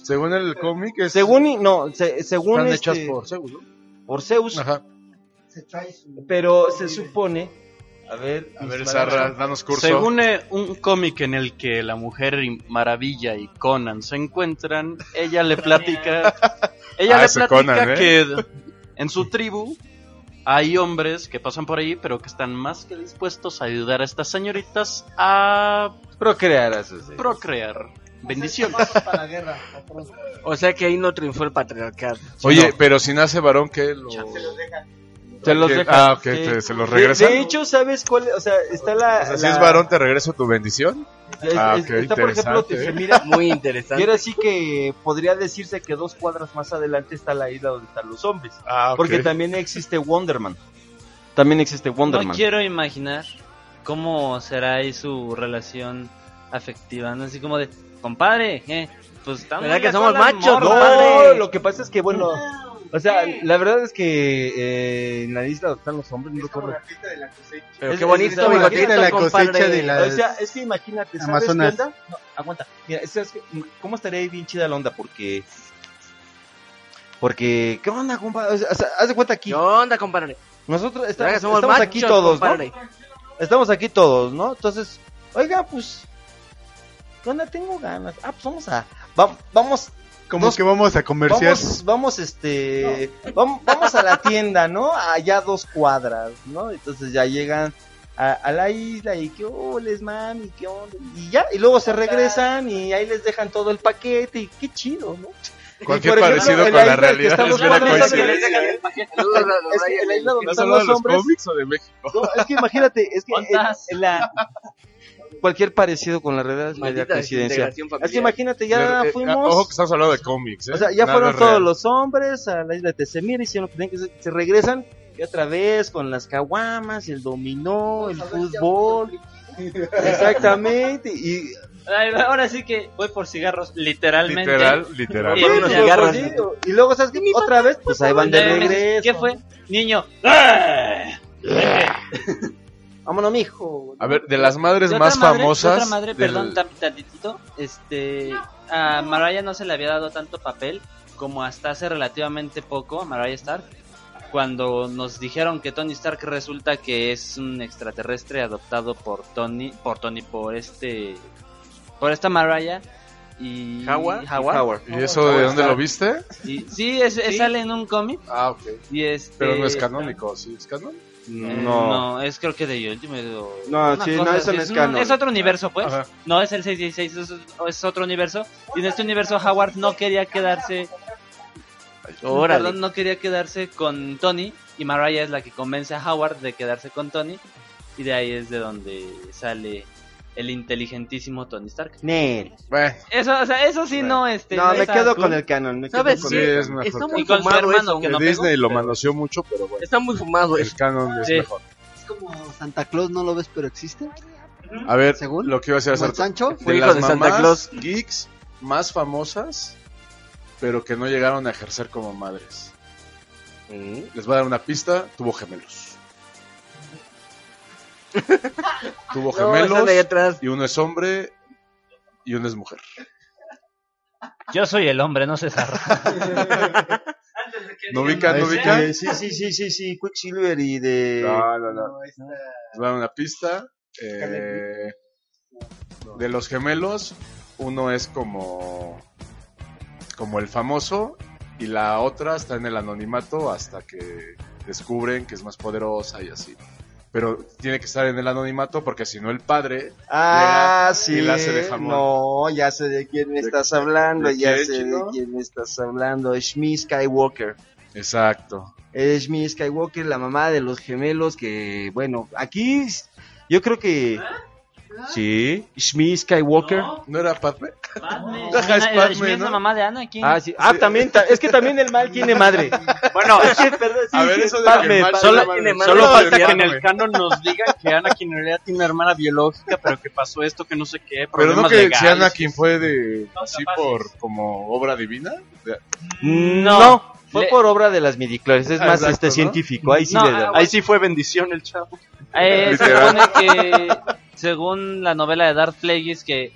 C: Según el cómic, es.
F: según, y- no, se- según
C: Están
F: este,
C: hechas por Zeus, ¿no?
F: por Zeus,
C: Ajá.
F: pero se supone, a ver,
C: A ver,
F: mis
C: Sarra,
F: palabras.
C: danos curso.
E: Según eh, un cómic en el que la mujer y- maravilla y Conan se encuentran, ella le platica, ella
C: Ah,
E: le
C: ese
E: platica
C: Conan, ¿eh?
E: que en su tribu hay hombres que pasan por ahí, pero que están más que dispuestos a ayudar a estas señoritas a
F: procrear a sus hijos.
E: procrear.
G: Pues,
E: Bendiciones.
D: O sea que ahí no triunfó el patriarcado.
C: Oye, pero si nace varón, ¿qué? Lo...
F: Te los
C: ¿Qué?
F: dejan.
C: Ah, ok,
F: Sí.
C: te- se los
F: De-
C: regresan.
F: De, hecho, ¿sabes cuál? O sea, está la...
C: O sea, si
F: la-
C: es varón, te regreso tu bendición.
F: es-
C: Ah,
F: es-
C: ok,
F: está, por ejemplo,
C: interesante,
F: te-
C: ¿eh?
F: mira,
D: Muy
F: Y
D: interesante.
F: ahora sí que podría decirse que dos cuadras más adelante está la isla donde están los zombies.
C: Ah, ok.
F: Porque también existe Wonderman. También existe Wonderman.
I: No quiero imaginar cómo será ahí su relación afectiva, ¿no? Así como de, compadre, eh, pues estamos...
D: ¿Verdad que
I: acá
D: somos
I: con las
D: machos,
I: morras".
F: No,
D: Compadre.
F: lo que pasa es que, bueno, o sea, la verdad es que eh, en la isla donde están los hombres no recuerdo.
D: Pero
F: es-
D: qué
F: es-
D: bonito,
F: es como la
D: bigotito,
G: fiesta de la
D: compadre.
G: cosecha de la-
F: O sea, es que imagínate, ¿sabes
G: Amazonas.
F: qué onda? No, aguanta. Mira, ¿sabes qué? ¿cómo estaría ahí bien chida la onda? Porque... Porque, ¿qué onda, compadre? O sea, haz de cuenta aquí.
D: ¿Qué onda, compadre?
F: Nosotros
D: ¿Verdad
F: estamos,
D: que somos
F: estamos
D: machos,
F: aquí todos, ¿no?
D: compadre?
F: Estamos aquí todos, ¿no? Entonces, oiga, pues, ¿qué onda? Tengo ganas. Ah, pues vamos a, va- vamos,
G: Como
F: Nos-
G: que vamos a comerciar.
F: vamos, vamos, este, vam- vamos, a la tienda, ¿no? Allá dos cuadras, ¿no? Entonces ya llegan a, a la isla y que oh, les mami, qué onda. Y ya, y luego se regresan y ahí les dejan todo el paquete y qué chido, ¿no?
C: Cualquier
F: Y, por
C: parecido con
F: en
C: la
F: isla que
C: realidad
F: están
C: es
F: los
C: mera
F: cuatro,
C: coincidencia.
F: ¿sabes? Es que en la isla donde
C: ¿No
F: están
C: solo de
F: los
C: los
F: hombres
C: cómics o de México? Ah,
F: no, es que imagínate, es que en- en la- cualquier parecido con la realidad es media
D: Maldita
F: coincidencia.
D: desintegración familiar.
F: Es que imagínate, ya
C: Eh, eh,
F: fuimos.
C: Ojo que estamos hablando de cómics, ¿eh?
F: O sea, ya
C: Nada
F: fueron
C: real.
F: todos los hombres a la isla de Tesemir, hicieron lo que tenían que hacer, se regresan y otra vez con las caguamas, el dominó, el fútbol. Exactamente, y
I: Ay, Ahora sí que voy por cigarros, literalmente.
C: Literal, literal.
I: Y el
F: Vámonos,
I: cigarro.
F: pues, sí, o- y luego sabes qué? otra vez, pues ahí van de
I: Nueve meses.
F: regreso.
I: ¿Qué fue? Niño.
F: Vámonos, mijo.
C: A ver, de las madres
I: De otra
C: más
I: madre- de
C: famosas.
I: otra madre,
C: del-
I: perdón, tan- tantitito. Este, a Mariah no se le había dado tanto papel como hasta hace relativamente poco, a Mariah Stark, cuando nos dijeron que Tony Stark resulta que es un extraterrestre adoptado por Tony, por Tony, por este, por esta Mariah y
E: ¿Howard?
I: Howard.
F: Howard.
C: ¿Y eso de dónde lo viste?
I: Y- sí, es- es- sale en un cómic
C: Ah, ok.
I: y este.
C: Pero no es canónico, ¿sí? ¿Es canónico?
I: Eh,
F: No.
I: No. es creo que de Ultimate o-
F: No,
I: una
F: sí,
I: cosa
F: no, eso
I: así.
F: no es
I: un-
F: canon.
I: Es otro universo, pues.
C: Ajá.
I: No es el 616, es, es otro universo. Y en este universo Howard no quería quedarse,
D: Órale.
I: perdón, no quería quedarse con Tony y Mariah es la que convence a Howard de quedarse con Tony y de ahí es de donde sale el inteligentísimo Tony Stark.
F: Nel.
C: Bueno,
I: Eso, o sea, eso sí no este
F: No, me
I: está
F: quedo
I: cool.
F: con el canon. Me quedo
D: ¿Sabes?
F: con
C: sí,
F: el
C: es
F: canon.
C: mejor.
D: Está muy
I: Y con su
D: fumado
I: hermano
D: eso.
I: que
C: El
I: no pegó.
C: Disney lo manoseó mucho, pero bueno.
D: Está muy fumado eh.
C: El
D: eso.
C: canon es
I: Sí.
C: mejor.
H: Es como Santa Claus, no lo ves, pero existe.
C: A ver,
F: ¿Mm?
H: ¿Según?
C: lo que iba a decir
H: Como
C: hace
H: el Sancho.
C: de
D: Fue hijo
C: las
D: de Santa
C: mamás
D: Claus.
C: geeks más famosas, pero que no llegaron a ejercer como madres. Les voy a dar una pista, tuvo gemelos. tuvo
D: No,
C: gemelos
D: están ahí atrás.
C: y uno es hombre y uno es mujer.
I: Yo soy el hombre, no se
C: ¿No ubican? ¿No
F: Este,
C: ubican?
F: Sí, sí, sí, sí, sí, Quicksilver y de...
C: No, no, no. Les voy a dar una pista. eh, de los gemelos, uno es como, como el famoso y la otra está en el anonimato hasta que descubren que es más poderosa y así. Pero tiene que estar en el anonimato porque si no el padre...
F: Ah,
C: Llega
F: sí.
C: y la hace de jamón.
F: No, ya sé de quién me
C: ¿De-
F: estás hablando,
C: de
F: ya
C: quién,
F: sé de
C: chino?
F: quién me estás hablando. Es mi Skywalker.
C: Exacto.
F: Es mi Skywalker, la mamá de los gemelos que, bueno, aquí s- yo creo que... Sí, Shmi Skywalker.
C: ¿No era Padme? Ajá, es Padme,
I: es
C: ¿no?
I: la mamá de Anakin.
F: Ah, sí. ah también, ta- es que también el mal tiene madre. bueno, es que, perdón, sí,
C: A ver,
F: sí,
C: eso de
F: Padme,
C: que el mal
F: Padme.
C: tiene
E: Solo,
C: madre.
D: tiene madre.
E: solo
D: No,
E: falta
C: de
E: que en el
C: Padme.
E: canon nos digan que Anakin en realidad tiene una hermana biológica, pero que pasó esto, que no sé qué,
C: Pero
E: problemas
C: no que si
E: legales.
C: Anakin fue de...
I: No,
C: así
I: capaz
C: por como obra divina. de-
F: No, fue
I: Le-
F: por obra de las midiclores, es
C: Ah,
F: más
C: exacto,
F: este
C: ¿no?
F: científico, ahí sí
I: No,
F: le da.
I: ah,
E: Ahí sí fue bendición el chavo.
I: Eh, se
C: Literal.
I: supone que, según la novela de Darth Plagueis, que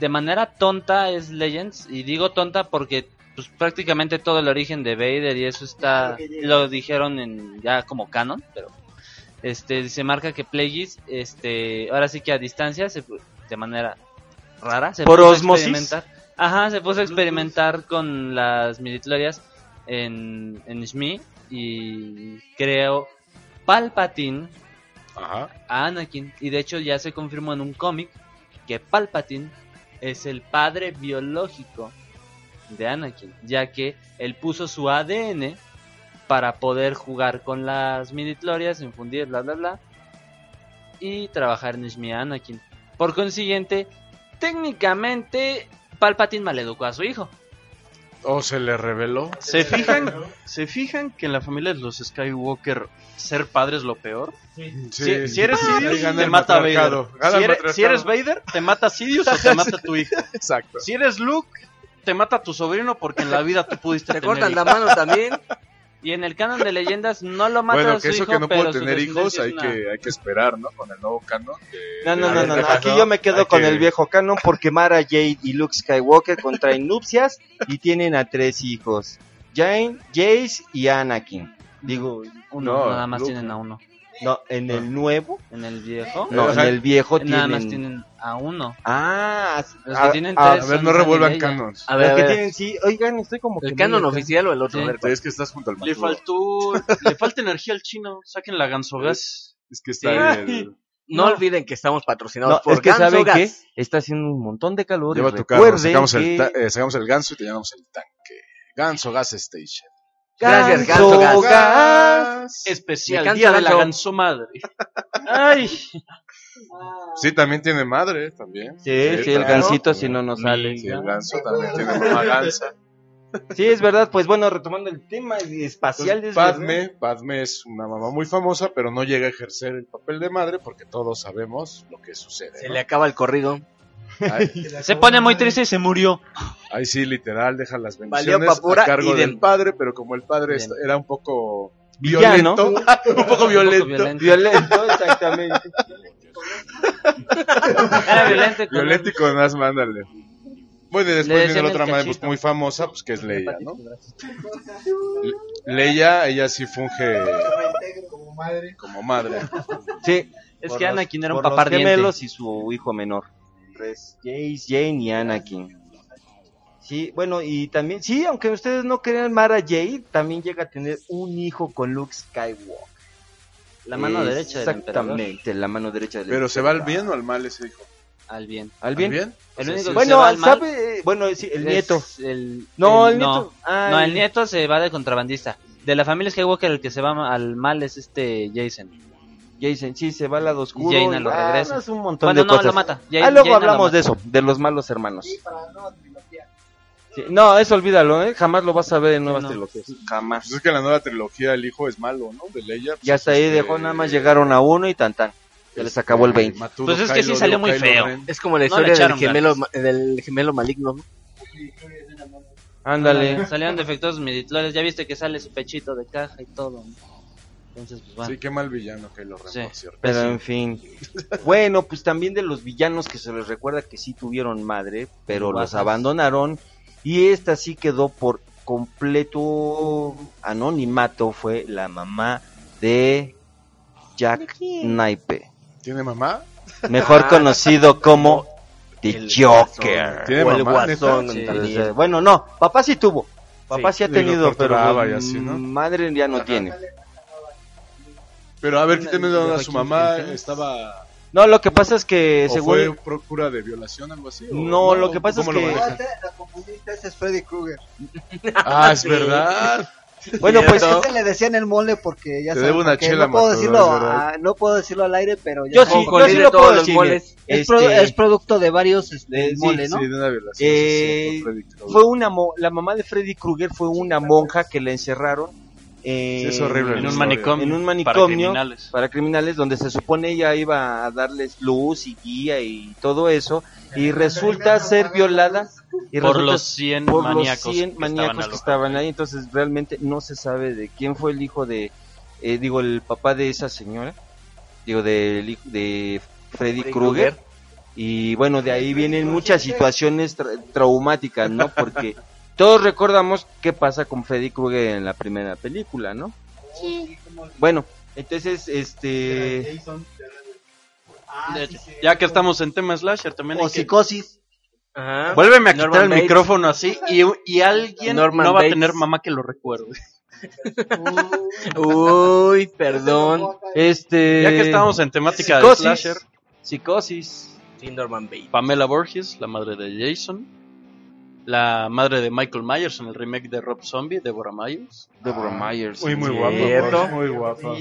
I: de manera tonta es Legends, y digo tonta porque pues, prácticamente todo el origen de Vader y eso está, lo dijeron en, ya como canon, pero este se marca que Plagueis, este, ahora sí que a distancia, se pu- de manera rara, se
F: ¿Por
I: puso
F: osmosis?
I: a experimentar. Ajá, se puso a experimentar con las midichlorias en, en Shmi y creo Palpatine
C: Ajá.
I: a Anakin. Y de hecho ya se confirmó en un cómic que Palpatine es el padre biológico de Anakin, ya que él puso su ADN para poder jugar con las midichlorias, infundir, bla, bla, bla, y trabajar en Shmi a Anakin. Por consiguiente, técnicamente Palpatine maleducó a su hijo.
C: O se le reveló.
E: ¿Se fijan, ¿Se fijan que en la familia de los Skywalker ser padre es lo peor? si, si eres
C: Ahí
E: Sidious,
C: gana
E: te
C: el
E: mata Vader.
C: matriarcado. Gana
E: Si
C: el
E: eres, si eres
C: matriarcado.
E: Vader, te mata Sidious o te mata tu hijo.
C: Exacto.
E: Si eres Luke, te mata tu sobrino porque en la vida tú pudiste
D: Te
E: tener
D: cortan la
E: hijos.
D: mano también.
I: Y en el canon de leyendas no lo mata
C: Bueno,
I: a su
C: que eso
I: hijo,
C: que no
I: pero
C: puedo
I: su
C: tener hijos
I: descendencia
C: hay
I: es una-
C: que, hay que esperar, ¿no? Con el nuevo canon.
F: No, no,
C: A
F: no,
C: ver,
F: no, no,
C: déjalo.
F: aquí yo me
C: Hay
F: quedo con
C: que-
F: el viejo canon porque Mara Jade y Luke Skywalker contraen nupcias y tienen a tres hijos, Jane, Jace y Anakin. Digo,
I: Uno,
C: No,
I: nada más
C: Luke.
I: tienen a uno.
F: no, en el nuevo,
I: En el viejo,
F: no,
C: O
F: en
C: sea,
F: el viejo
I: nada más
F: tienen-
I: tienen a uno.
F: Ah,
I: Los
F: a-
I: que tienen
F: a-
I: tres
C: A
I: son
C: ver, no
I: Han y
C: revuelvan
I: ella.
C: canons.
D: A
F: a
D: ver,
F: ver,
D: a
F: que
D: ver.
F: tienen sí, oigan, estoy como que
D: ¿El Pues, canon
F: medio acá.
D: oficial o el otro?
I: Sí.
D: A ver,
C: Es que pues estás junto al
E: Le
C: macho.
E: faltó, le falta energía al chino. Saquen la gansogas.
C: Es que está
D: Sí.
C: en el...
D: No, olviden que estamos patrocinados
F: No,
D: por
F: es que
D: Ganso
F: saben
D: Gas.
F: que está haciendo un montón de calor. y
C: Lleva tu carro,
F: recuerden
C: sacamos, el, ta-
F: que-
C: eh, sacamos el ganso y te llamamos el tanque. Ganso Gas Station.
D: Gracias, Ganso Gas. Me
E: Especial
D: canso,
E: Día de la
D: Ganso.
E: Ganso Madre. Ay.
C: Sí, también tiene madre, también.
F: Sí, sí, el
C: claro.
F: gansito si no nos sale.
C: Sí, el ganso también tiene mamá gansa.
F: Sí, es verdad. Pues bueno, retomando el tema espacial.
C: Pues,
F: es verdad.
C: Padme, Padme es una mamá muy famosa, pero no llega a ejercer el papel de madre porque todos sabemos lo que sucede.
D: Se
C: ¿no?
D: le acaba el corrido.
C: Ahí,
E: Se pone muy triste y se murió.
C: ahí sí, literal, deja las
D: Valió
C: bendiciones
D: papura
C: a cargo
D: y de-
C: del padre, pero como el padre
F: Bien.
C: era un poco
F: Villano.
C: violento, un poco violento,
F: Violento, exactamente.
I: Era violento. y con-
C: Violento y con más, mándale. Bueno, y
I: Le
C: después
I: decían
C: viene la
I: el
C: otra madre
I: cachito.
C: pues, muy famosa, pues que es Leia, ¿no? Le- Leia, ella sí funge
G: como madre.
C: como madre.
F: Sí.
I: Es
F: Por
I: que
F: los-
I: Anakin era un
F: por los
I: papá ardiente.
F: gemelos y su hijo menor. Pues, Jace, Jane y Anakin. Sí, bueno, y también, sí, aunque ustedes no crean, Mara Jade también llega a tener un hijo con Luke Skywalker.
I: La mano derecha del emperador.
F: Exactamente, la mano derecha del
C: Pero se va al
F: emperador.
C: bien o al mal ese hijo.
I: Al bien.
F: ¿Al bien?
I: El único que se
F: Bueno,
I: va al eh, mal
F: ¿sabe? Bueno, sí, el
I: es
F: nieto.
I: el-
F: No,
I: el-
F: el nieto. ah,
I: No, el nieto se va de contrabandista. De la familia Skywalker, el que se va ma- al mal es este Jason.
F: Jason, sí, se va al lado oscuro.
I: Y Jaina lo
F: ah,
I: regresa.
F: no, es un montón
I: Bueno,
F: de
I: no,
F: cosas.
I: lo mata. Ja-
F: ah, luego
I: Jaina lo
F: hablamos
I: mata.
F: de eso, de los malos hermanos. Sí, no, eso olvídalo, ¿eh? Jamás lo vas a ver en nuevas
I: no.
F: trilogías.
C: Pues
F: Jamás.
C: es que en la nueva trilogía el hijo es malo, ¿no? De Leia. pues,
F: Y hasta ahí
C: este,
F: dejó, nada más llegaron a uno y tan tan. Se les acabó el
C: este,
F: 20.
C: Matudo,
E: Pues es que sí
C: Kylo,
E: salió
C: digo,
E: muy
C: Kylo
E: feo.
C: Ren.
D: Es como la
E: No le
D: historia del,
E: echaron
D: gemelo,
E: ganas.
D: ma- del gemelo maligno. ¿no?
F: Ándale.
I: Salieron defectuosos midiclores. Ya viste que sale su pechito de caja y todo. Entonces, pues bueno.
C: Sí, qué mal villano Kylo Ren,
I: Sí.
C: por cierto.
F: Pero en fin. Bueno, pues también de los villanos que se les recuerda que sí tuvieron madre, pero los
I: Guasas.
F: abandonaron. Y esta sí quedó por completo anonimato. Fue la mamá de Jack Naipe,
C: ¿Tiene mamá?
F: mejor conocido como The
D: El
F: Joker.
C: ¿Tiene
F: Eh, O el
C: mamá,
F: Guasón,
C: neta?
F: en
C: Sí.
F: realidad. Bueno, no, papá sí tuvo. Papá sí, ha
C: Digo,
F: tenido, pero
C: torturaba y así, ¿no?
F: madre ya no tiene.
C: Pero a ver,
F: Una-
C: quítame
F: de
C: a su
F: Joaquín
C: mamá.
F: Phoenix.
C: ¿Estaba.
F: No, lo que pasa es que
C: ¿O
F: según...
C: fue procura de violación, algo así? o
F: No, lo que pasa es
C: ¿Cómo lo
F: que-
C: manejan?
H: Ah, La confundiste, ese es Freddy Krueger.
C: Ah, es verdad.
F: Bueno, pues...
H: Ese le decían el mole porque ya
C: Te
H: saben
C: debo una
H: por qué.
C: chela,
H: no puedo
C: Matador,
H: decirlo,
C: es verdad.
H: ah, no puedo decirlo al aire, pero ya
F: Yo
H: saben
F: sí,
H: por
F: yo
H: qué.
F: sí
D: de
F: lo puedo
D: todos los
F: decir.
D: moles.
H: es,
F: Este,
H: pro- es producto de varios este,
F: Eh, sí,
H: mole,
C: Sí,
H: ¿no?
C: de una violación. sí,
F: Eh,
C: es cierto, Freddy Krueger.
F: fue una mo- la mamá de Freddy Krueger fue una monja que la encerraron eh,
C: Sí, es horrible
E: En
C: la
E: un
C: historia.
E: manicomio.
F: en un
E: Para
F: manicomio
E: criminales.
F: para criminales donde se supone ella iba a darles luz y guía y todo eso y resulta ser violada y
E: Por
F: resulta
E: los 100
F: por los
E: maníacos. que
F: 100
E: estaban
F: maníacos que
E: alojados.
F: estaban ahí entonces realmente no se sabe de quién fue el hijo de eh, digo el papá de esa señora digo del hijo de Freddy
D: Freddy
F: Krueger
D: Krueger.
F: y bueno, de ahí vienen muchas situaciones tra- traumáticas, ¿no? Porque todos recordamos qué pasa con Freddy Krueger en la primera película, ¿no? Bueno, entonces, este... Ah,
E: De- Ya que estamos en tema slasher, también.
H: O
E: hay que-
H: psicosis.
D: Ajá.
E: Vuélveme a quitar
D: Norman
E: el
D: Bates.
E: micrófono así y, y alguien
D: Norman
E: no va
D: Bates.
E: a tener mamá que lo recuerde.
D: Uy, perdón.
H: Eh,
F: Este...
E: Ya que estamos en temática
F: psicosis.
E: de slasher,
F: Psicosis.
D: Sí, Norman Bates.
E: Pamela Borges, la madre de Jason, la madre de Michael Myers en el remake de Rob Zombie, Deborah Myers.
F: Deborah Myers.
C: Uy, muy
F: sí.
C: guapa.
D: Cierto.
C: Muy guapa.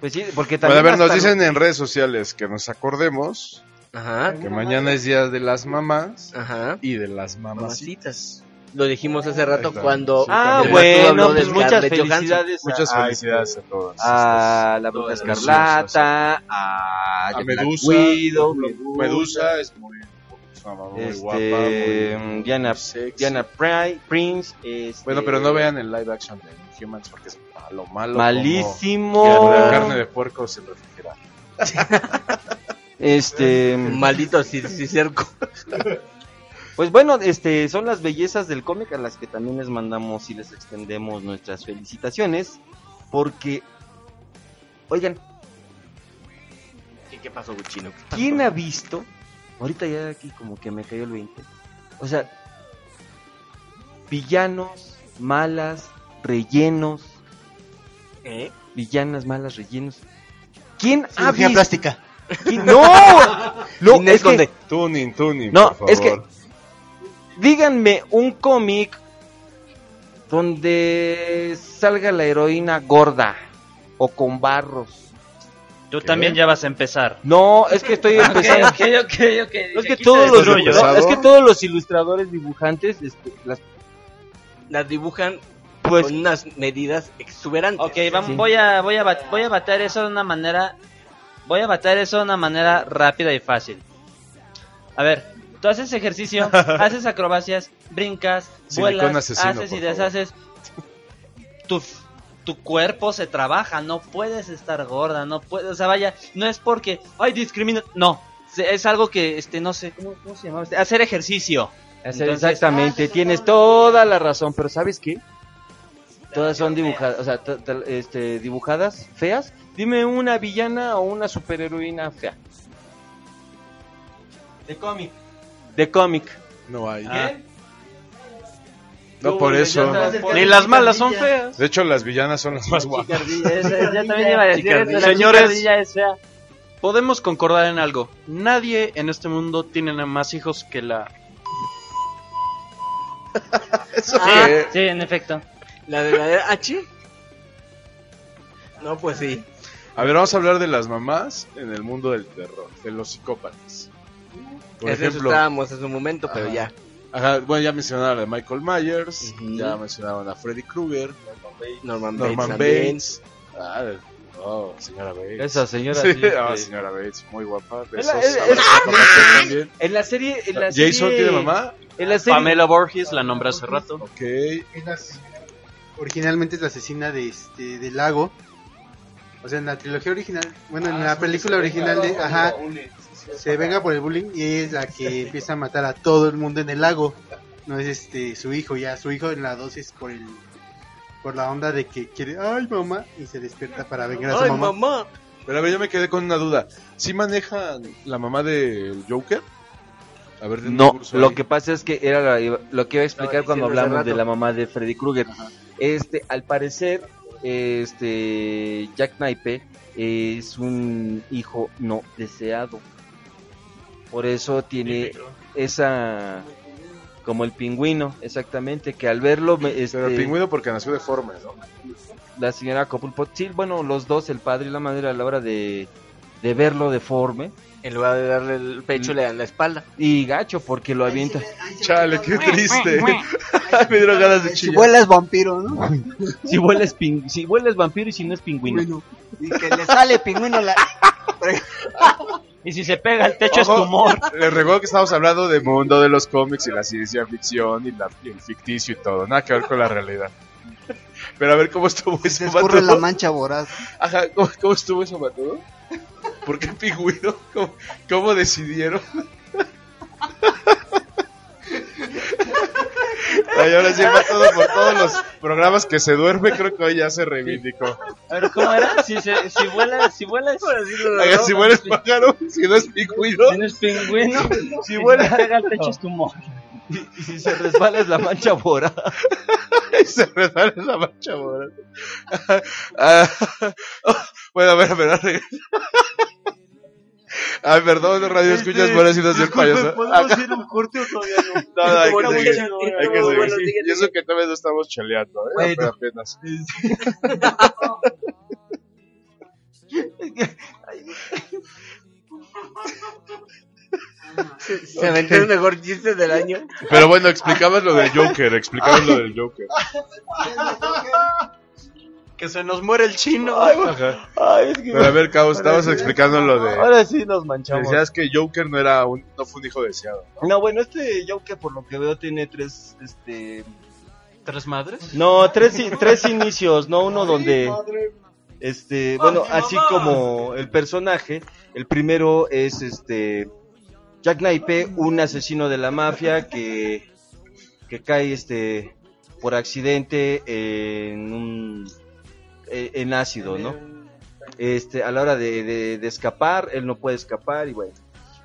F: Pues sí, porque
C: Bueno,
F: también...
C: a ver, nos
F: hasta-
C: dicen en redes sociales que nos acordemos
H: Ah,
D: Ajá,
C: que mañana es Día de las Mamás
D: ajá.
C: y de las mamacitas.
D: Mamacitas. Lo dijimos hace rato
C: Exacto.
D: cuando.
C: Sí,
F: Ah,
D: cuando tú
F: bueno,
D: habló de
F: pues muchas
D: Scarlett Johansson.
F: felicidades. a- este
C: Muchas
F: a-
C: felicidades a todas.
F: Ah, A la bruja
C: Todas las
F: escarlata, a,
C: a
F: Black
C: Medusa.
F: Widow,
C: Medusa es muy, es una mamá muy
F: Este,
C: guapa. muy-
F: mm, Diana-
C: muy sexy.
F: Diana Pri- Prince. este,
C: Bueno, pero no vean el live action de Humans porque es malo, malo. como
F: Malísimo. ah,
C: que la carne de puerco se refrigera.
F: Este,
D: Maldito Cir- Cicerco.
F: pues bueno, este, son las bellezas del cómic a las que también les mandamos y les extendemos nuestras felicitaciones. Porque, oigan,
D: ¿Qué, qué pasó, Guchino? ¿Qué pasó?
F: ¿quién ha visto? Ahorita ya aquí como que me cayó el 20. O sea, villanos, malas, rellenos,
D: ¿Eh?
F: Villanas, malas, rellenos. ¿Quién ha
G: Cirugía
F: visto?
G: plástica.
F: ¿Quién- ¡No! No,
C: Inés
F: es que-
C: Conde. Tuning, tuning.
F: No,
C: por favor.
F: es que- díganme un cómic donde salga la heroína gorda o con barros.
I: Tú también ya vas a empezar.
F: No, es que estoy empezando.
I: Ok, ok, ok.
F: No, es, que
I: Aquí te
F: todos los,
I: destruyo.
F: no, es que todos los ilustradores dibujantes este, las-
D: Las dibujan
F: pues
D: con unas medidas exuberantes. Ah,
I: Ok, vamos,
F: Sí.
I: voy, a, voy, a, bat- voy a batear eso de una manera. Voy a batear eso de una manera rápida y fácil. A ver, tú haces ejercicio, haces acrobacias, brincas,
C: Silicón
I: vuelas,
C: asesino,
I: haces y
C: por favor.
I: deshaces. Tu, tu cuerpo se trabaja, no puedes estar gorda, no puedes. O sea, vaya, no es porque. ¡Ay, discrimina! No, se- es algo que, este, no sé, ¿cómo, cómo se llamaba? este? Hacer ejercicio.
E: ah,
F: hacer
I: Entonces-
F: exactamente, tienes toda la razón, pero ¿sabes qué? Todas son dibujadas, o sea, to- to- este, dibujadas feas. Dime una villana o una superheroína fea. De cómic. De cómic.
C: No hay.
I: Ah.
C: No por eso.
E: Ni las malas son feas.
C: De hecho, las villanas son las más guapas.
I: Yo también iba a decir eso, la
E: Señores.
I: chicardilla es fea.
E: Podemos concordar en algo. Nadie en este mundo tiene más hijos que la...
C: Eso
I: Ah,
C: fue.
I: sí, en efecto.
D: ¿La verdadera H? No, pues sí.
C: A ver, vamos a hablar de las mamás en el mundo del terror, de los psicópatas. Por
D: Es eso
C: ejemplo,
D: estábamos en su momento, pero
C: Ajá.
D: ya.
C: ajá, bueno, ya mencionaron a Michael Myers,
D: Ujú.
C: ya mencionaron a Freddy Krueger,
D: Norman Bates.
C: Norman
D: también.
C: Bates. Ah, oh, señora Bates.
F: Esa señora.
C: Sí,
F: sí, este,
C: ah, señora Bates, muy guapa. Besos,
F: Es la- es-
C: abrazos, abrazos también.
F: En la serie. En la
C: Jason
F: serie-
C: tiene mamá.
F: En la serie.
E: Pamela Borges, la nombré hace rato.
C: Ok.
G: Es la as- originalmente es la asesina de este del lago. O sea, en la trilogía original, bueno, en la película original de, ajá, se venga por el bullying y ella es la que empieza a matar a todo el mundo en el lago. No es este su hijo ya, su hijo en la dosis por el por la onda de que quiere, ay mamá, y se despierta para vengar a su
D: ¡Ay,
G: mamá.
D: mamá!
C: Pero a ver, yo me quedé con una duda. ¿Sí maneja la mamá del Joker? A ver, denme un
F: No,
C: curso
F: lo
C: ahí.
F: que pasa es que era la- lo que iba a explicar
D: Estaba
F: cuando
D: diciendo hace
F: hablamos de
D: rato.
F: la mamá de Freddy Krueger. Este, al parecer, este Jack Knipe es un hijo no deseado. Por eso tiene esa como el pingüino, exactamente, que al verlo me- este,
C: Pero el pingüino porque nació deforme, ¿no?
F: la señora Copulpot, sí, bueno, los dos, el padre y la madre a la hora de de verlo deforme
D: En lugar de darle el pecho, le dan la espalda.
F: y gacho porque lo avienta.
C: Chale, qué triste. me dieron ganas de
H: Si
C: chillar.
H: vuela es vampiro, ¿no?
F: Si vuelas si vuelas vampiro y si no es pingüino.
H: Bueno, y que le sale pingüino la...
I: Y si se pega el techo es
C: Ojo,
I: tumor.
C: Les recuerdo que estamos hablando del mundo de los cómics y la ciencia ficción y, la- y el ficticio y todo. Nada que ver con la realidad. Pero a ver cómo estuvo
H: Se
C: eso,
H: escurre la
C: Matudo?
H: mancha voraz.
C: Ajá, ¿cómo, cómo estuvo eso, Matudo? ¿Por qué pingüino? ¿Cómo, cómo decidieron? Ay, ahora sí, Matudo, por todos los programas que se duerme, creo que hoy ya se reivindicó.
I: A ver, ¿cómo era? Si, se, si vuela, si vuela es,
C: Oiga, si mueres pájaro, si no es pingüino.
I: si no es pingüino.
C: Si
I: Si
C: vuela-
I: vuela, se pega el techo es tumor.
F: Y si se resbala es la mancha bora.
C: Y se resbala en la mancha moral. Ah, oh, bueno, a ver, a ver, a ver. Ay, perdón, radio escuchas, buenas citas del
G: Pues,
C: payaso. Acá-
G: un corte o todavía
C: No, no, hay
D: Como
C: que
D: dije,
C: seguir. Hay que
D: como
C: seguir.
D: bueno, dije,
C: Y eso que tal vez no estamos cheleando, ¿eh? Pero apenas.
D: Se aventó el mejor chiste del año.
C: Pero bueno, explicabas lo del Joker, explicabas lo del Joker.
E: Que se nos muere el chino.
C: Ajá. Pero a ver, Cabo, estabas explicando lo de.
F: Ahora sí nos manchamos.
C: Decías que Joker no era un, no fue un hijo deseado.
F: No, bueno, este Joker por lo que veo tiene tres, este...
E: ¿Tres madres?
F: No, tres, i- tres inicios, no uno donde...
H: pues,
F: Este, bueno, así como el personaje, el primero es este... Jack Naipe, un asesino de la mafia que, que cae este por accidente en un eh, en ácido, ¿no? Este, a la hora de, de- de escapar, él no puede escapar y bueno.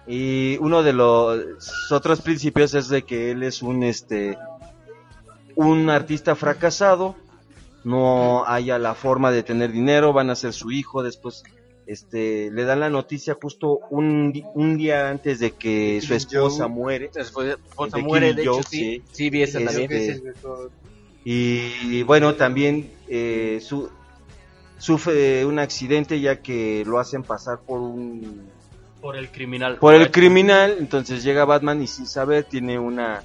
F: Y uno de los otros principios es de que él es un este un artista fracasado no haya la forma de tener dinero, van a ser su hijo, después este le dan la noticia justo un, di- un día antes de que su esposa muere.
D: esposa
F: de
D: muere,
F: Killing
D: de hecho,
F: Joke,
D: sí. Sí, vi esa
F: Este,
D: también.
F: y bueno, también eh, su- sufre un accidente ya que lo hacen pasar por un
E: Por el criminal.
F: por el criminal, entonces llega Batman y sin saber tiene una,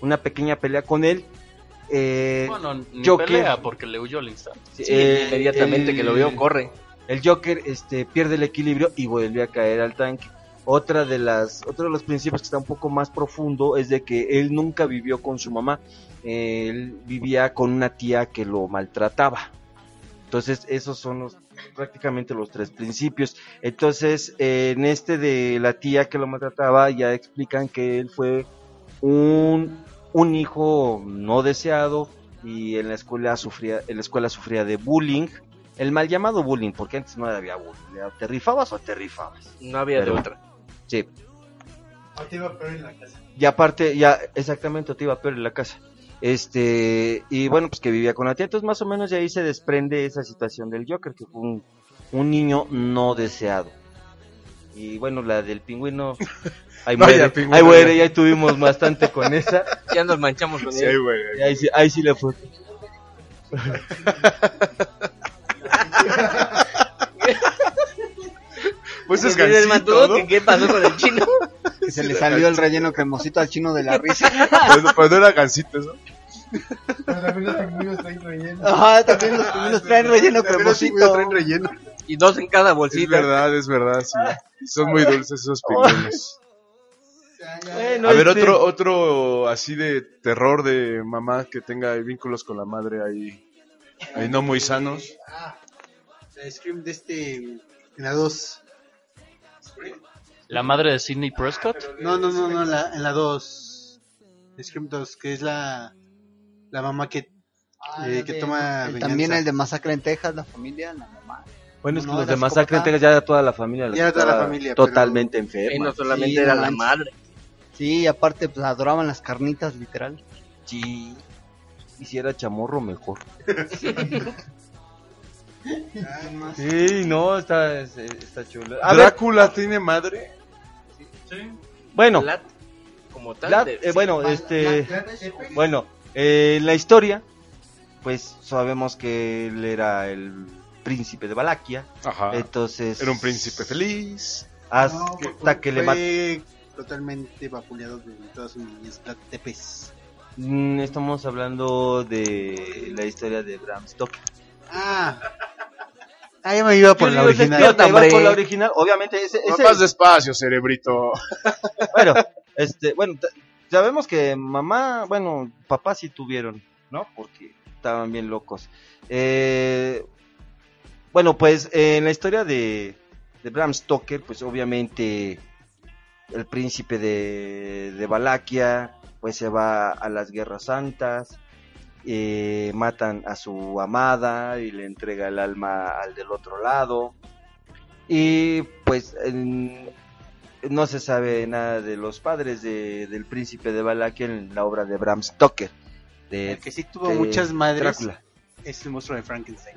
F: una pequeña pelea con él. Eh,
E: Bueno, ni
F: Joker-
E: pelea porque le huyó al instante.
F: eh,
D: inmediatamente que lo vio, corre.
F: El Joker este, pierde el equilibrio y vuelve a caer al tanque. Otra de las, otro de los principios que está un poco más profundo es de que él nunca vivió con su mamá. Él vivía con una tía que lo maltrataba. Entonces, esos son los, prácticamente los tres principios. Entonces, eh, en este de la tía que lo maltrataba, ya explican que él fue un, un hijo no deseado y en la escuela sufría, en la escuela sufría de bullying, el mal llamado bullying, porque antes no había bullying, era te rifabas o te rifabas.
D: No había
F: Pero-
D: de otra.
F: Sí.
G: No te iba a perder en la casa.
F: Y aparte, ya exactamente te iba peor en la casa. Este, y bueno, pues que vivía con la tía, entonces más o menos de ahí se desprende esa situación del Joker, que fue un, un niño no deseado. Y bueno, la del pingüino, ahí
C: No, ya
F: muere,
C: el pingüino
F: ahí muere,
C: ya.
F: ya tuvimos bastante con esa.
D: Ya nos manchamos con
C: Sí,
D: él.
C: güey.
F: Y ahí sí, ahí sí le fue.
C: Pues es
D: Me pide el
C: gancito,
D: matudo
C: ¿no?
D: que qué pasó con el chino.
H: Que se le salió el relleno cremosito al chino de la risa.
C: Pero, no- pero Pues, no era gancito eso.
G: Pero también los pingüinos traen relleno.
H: Ajá, Ah, también los primeros traen relleno cremosito.
C: relleno.
D: Y dos en cada
C: Es
D: bolsita.
C: verdad, es verdad, sí. Son muy dulces esos
F: Oh,
C: pingüinos.
F: Bueno,
C: A ver,
F: este-
C: otro, otro así de terror de mamá que tenga vínculos con la madre ahí, ahí no muy sanos.
G: Ah, la Scream de este. En la 2.
E: La madre de Sidney Prescott.
G: No, no, no, no, en la- en la 2. Scream 2, que es la. La mamá que. eh, que toma.
H: Y También
G: venganza.
H: el de Masacre en Texas, la familia, la mamá.
F: Bueno, es que
H: No,
F: los de
H: eras copa.
F: Masacre en Texas ya era toda la familia. la
G: Ya era toda la
F: estaba
G: familia, pero-
F: Totalmente
D: Y
F: enferma.
D: no solamente
H: Sí,
D: era
H: no
D: la
H: manches.
D: madre.
H: Sí, y aparte, pues adoraban las carnitas, literal.
F: Sí. Y si era chamorro, mejor. Sí, no, está, es- eh, está chulo. A ver,
C: ¿Drácula tiene madre?
F: bueno,
D: Lat, como tal.
F: la-
D: de-
F: eh, bueno, este, bueno, eh, la historia, pues sabemos que él era el príncipe de Valaquia,
C: Ajá.
F: entonces
C: Ah, Eh, Era un príncipe feliz.
F: hasta
G: No, fue-
F: que le mató.
G: fue totalmente vapuleado de toda su niñez. La Tepes.
F: Mm, Estamos hablando de la historia de Bram Stoker.
G: Ah.
F: Ah,
G: Ahí me iba por
F: Yo
G: la
F: digo, ese
G: original.
F: tío te va
D: hombre.
F: por la original, obviamente ese, ese-
C: Más despacio, cerebrito.
F: bueno, este, bueno, ta- sabemos que mamá, bueno, papá sí tuvieron, ¿no? Porque estaban bien locos. Eh, bueno, pues eh, en la historia de, de Bram Stoker, pues obviamente el príncipe de, de Valaquia, pues se va a las guerras santas, eh, matan a su amada y le entrega el alma al del otro lado. Y pues en- no se sabe nada de los padres de- del príncipe de Valaquia en la obra de Bram Stoker. De,
G: El que sí tuvo
F: de
G: muchas madres
F: Este, Drácula.
G: es el monstruo de Frankenstein.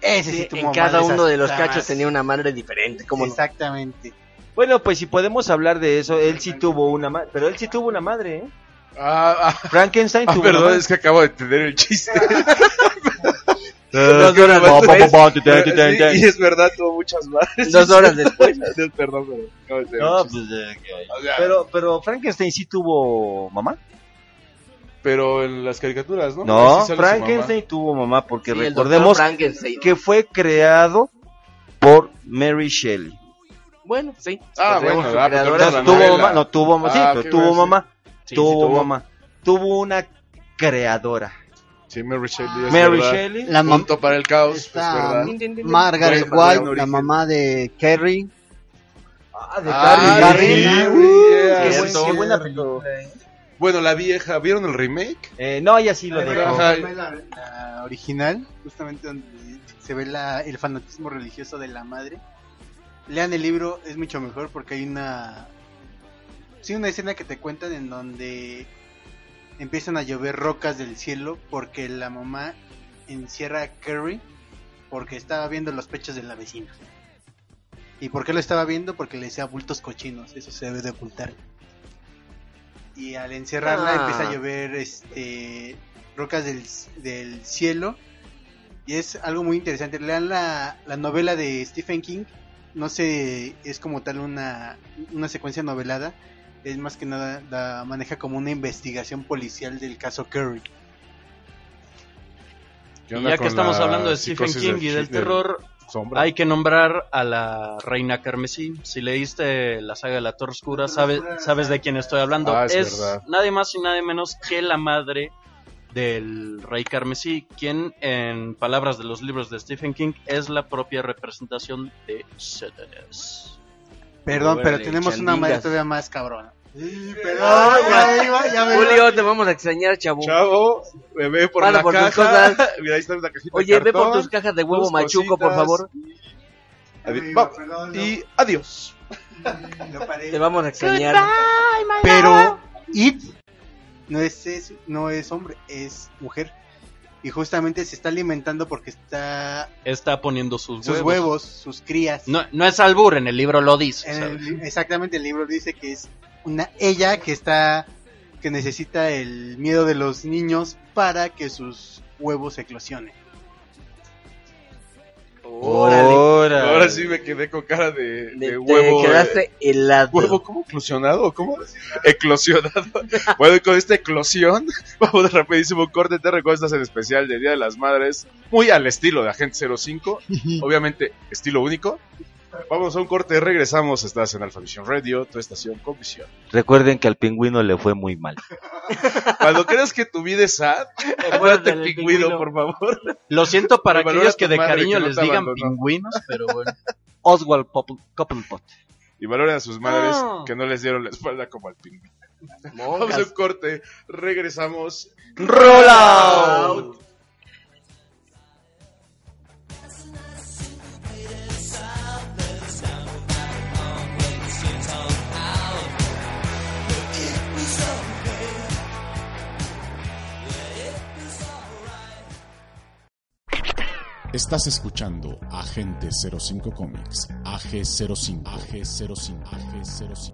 G: Ese sí,
D: Sí,
G: tuvo
D: en cada
G: madres
D: uno de los
G: hasta
D: cachos
G: más.
D: tenía una madre diferente. Como
G: Exactamente.
F: Bueno, pues si podemos hablar de eso, él sí tuvo una madre, pero él sí tuvo una madre, ¿eh?
C: Ah, ah,
F: Frankenstein
C: ah,
F: tuvo una
C: perdón,
F: madre.
C: es que acabo de entender el chiste.
F: Dos horas
C: Ba-
F: después.
C: Sí, y es verdad, tuvo muchas madres.
D: Dos horas después.
C: Perdón, perdón. acabo de entender el
F: No,
C: chiste.
F: pues, eh, que-
C: O sea,
F: pero, pero Frankenstein sí tuvo mamá.
C: Pero en las caricaturas, ¿no? pues
F: No,
C: Sí sale su
F: Frankenstein tuvo mamá porque
D: Sí, el Dr.
F: recordemos
D: Frankenstein.
F: que fue creado por Mary Shelley.
D: Bueno, sí.
C: Ah,
D: Recordemos
C: bueno,
D: su
C: ah, pero Ahora
D: creadora.
F: No
C: la
F: tuvo
C: novela.
F: mamá, no tuvo mamá, sí,
C: Ah,
F: pero
C: qué
F: tuvo
C: bueno, sí.
F: mamá,
C: Sí,
F: tuvo,
C: sí, tuvo.
F: mamá, tuvo una creadora.
C: mamá. Sí, Mary Shelley. es
F: Mary
C: verdad.
F: Shelley.
H: La mamá.
C: Punto para el caos, es
H: Está-
C: verdad.
H: Margaret
C: Bueno,
H: White,
C: en
H: la
C: origen.
H: mamá de Kerry.
F: Ah, de
C: Ah, sí,
F: Carrie Barry.
C: güey,
F: Qué
C: yeah.
F: buen- qué buena película, eh.
C: Bueno, la vieja, ¿vieron el remake?
F: Eh, no, ella sí lo dejó.
C: Ajá.
G: La, la original, justamente donde se ve la, el fanatismo religioso de la madre. Lean el libro, es mucho mejor porque hay una. Sí, una escena que te cuentan en donde empiezan a llover rocas del cielo porque la mamá
K: encierra a Kerry porque estaba viendo los pechos de la vecina. ¿Y por qué lo estaba viendo? Porque le decía bultos cochinos, eso se debe de ocultar. Y al encerrarla
L: Ah.
K: empieza a llover este rocas del, del cielo. Y es algo muy interesante. Lean la, la novela de Stephen King. No sé, es como tal una, una secuencia novelada. Es más que nada, la maneja como una investigación policial del caso Curry.
C: ¿Qué
I: Y
C: onda
I: ya que
C: con
I: estamos
C: la
I: hablando de Stephen
C: psicosis
I: King y del
C: chi-
I: terror,
C: sombra?
I: hay que nombrar a la Reina Carmesí. Si leíste la saga de la Torre Oscura, sabes, sabes de quién estoy hablando.
C: Ah, es verdad.
I: nadie más y nadie menos que la madre del Rey Carmesí, quien, en palabras de los libros de Stephen King, es la propia representación de Satanás.
K: Perdón,
I: Bueno,
K: pero
I: de
K: tenemos una
I: Chandingas.
K: madre todavía más cabrona.
I: Ah,
K: ya iba, ya me-
D: Julio, te vamos a extrañar, chavo.
C: Chavo, ve por
D: Para
C: la
D: por tus
C: caja.
D: cosas.
C: Mira, ahí está la cajita de
D: Oye, ve por
C: cartón,
D: tus cajas de huevo
C: tus
D: machuco, por
C: cositas.
D: favor.
C: Adi- va- Y adiós.
D: Te vamos a extrañar.
K: Pero It no es, es- no es hombre, es mujer. Y justamente se está alimentando porque está
I: Está poniendo sus,
K: sus huevos, sus crías.
I: No, no es albur, en el libro lo dice.
K: En el
I: ¿sabes?
K: li- exactamente, el libro dice que es una ella que está que necesita el miedo de los niños para que sus huevos eclosionen.
F: Órale.
C: Ahora sí me quedé con cara Ah. de, de
D: te
C: Oh, huevo. eh,
D: quedaste helado.
C: ¿Huevo cómo eclosionado? ¿Cómo? Eclosionado. bueno, y con esta eclosión, vamos de rapidísimo corte. Te recuerdo, estás en especial de Día de las Madres. Muy al estilo de Agente 05. Obviamente, estilo único. Vamos a un corte, regresamos. Estás en Alpha Vision Radio, tu estación con visión.
F: Recuerden que al pingüino le fue muy mal.
C: Cuando creas que tu vida es sad, acuérdate el pingüino, por favor.
I: Lo siento para
C: Me
I: aquellos
C: valoras
I: que
C: tu
I: de
C: madre,
I: cariño
C: que no
I: les
C: te
I: digan
C: abandonó.
I: pingüinos, pero bueno.
F: Oswald Pop- Coppelpot.
C: Y valoren a sus madres
I: No.
C: que no les dieron la espalda como al pingüino.
D: Monjas.
C: Vamos a un corte, regresamos.
I: Roll
C: out.
A: Estás escuchando Agente 05 Comics, AG05, AG05, AG05.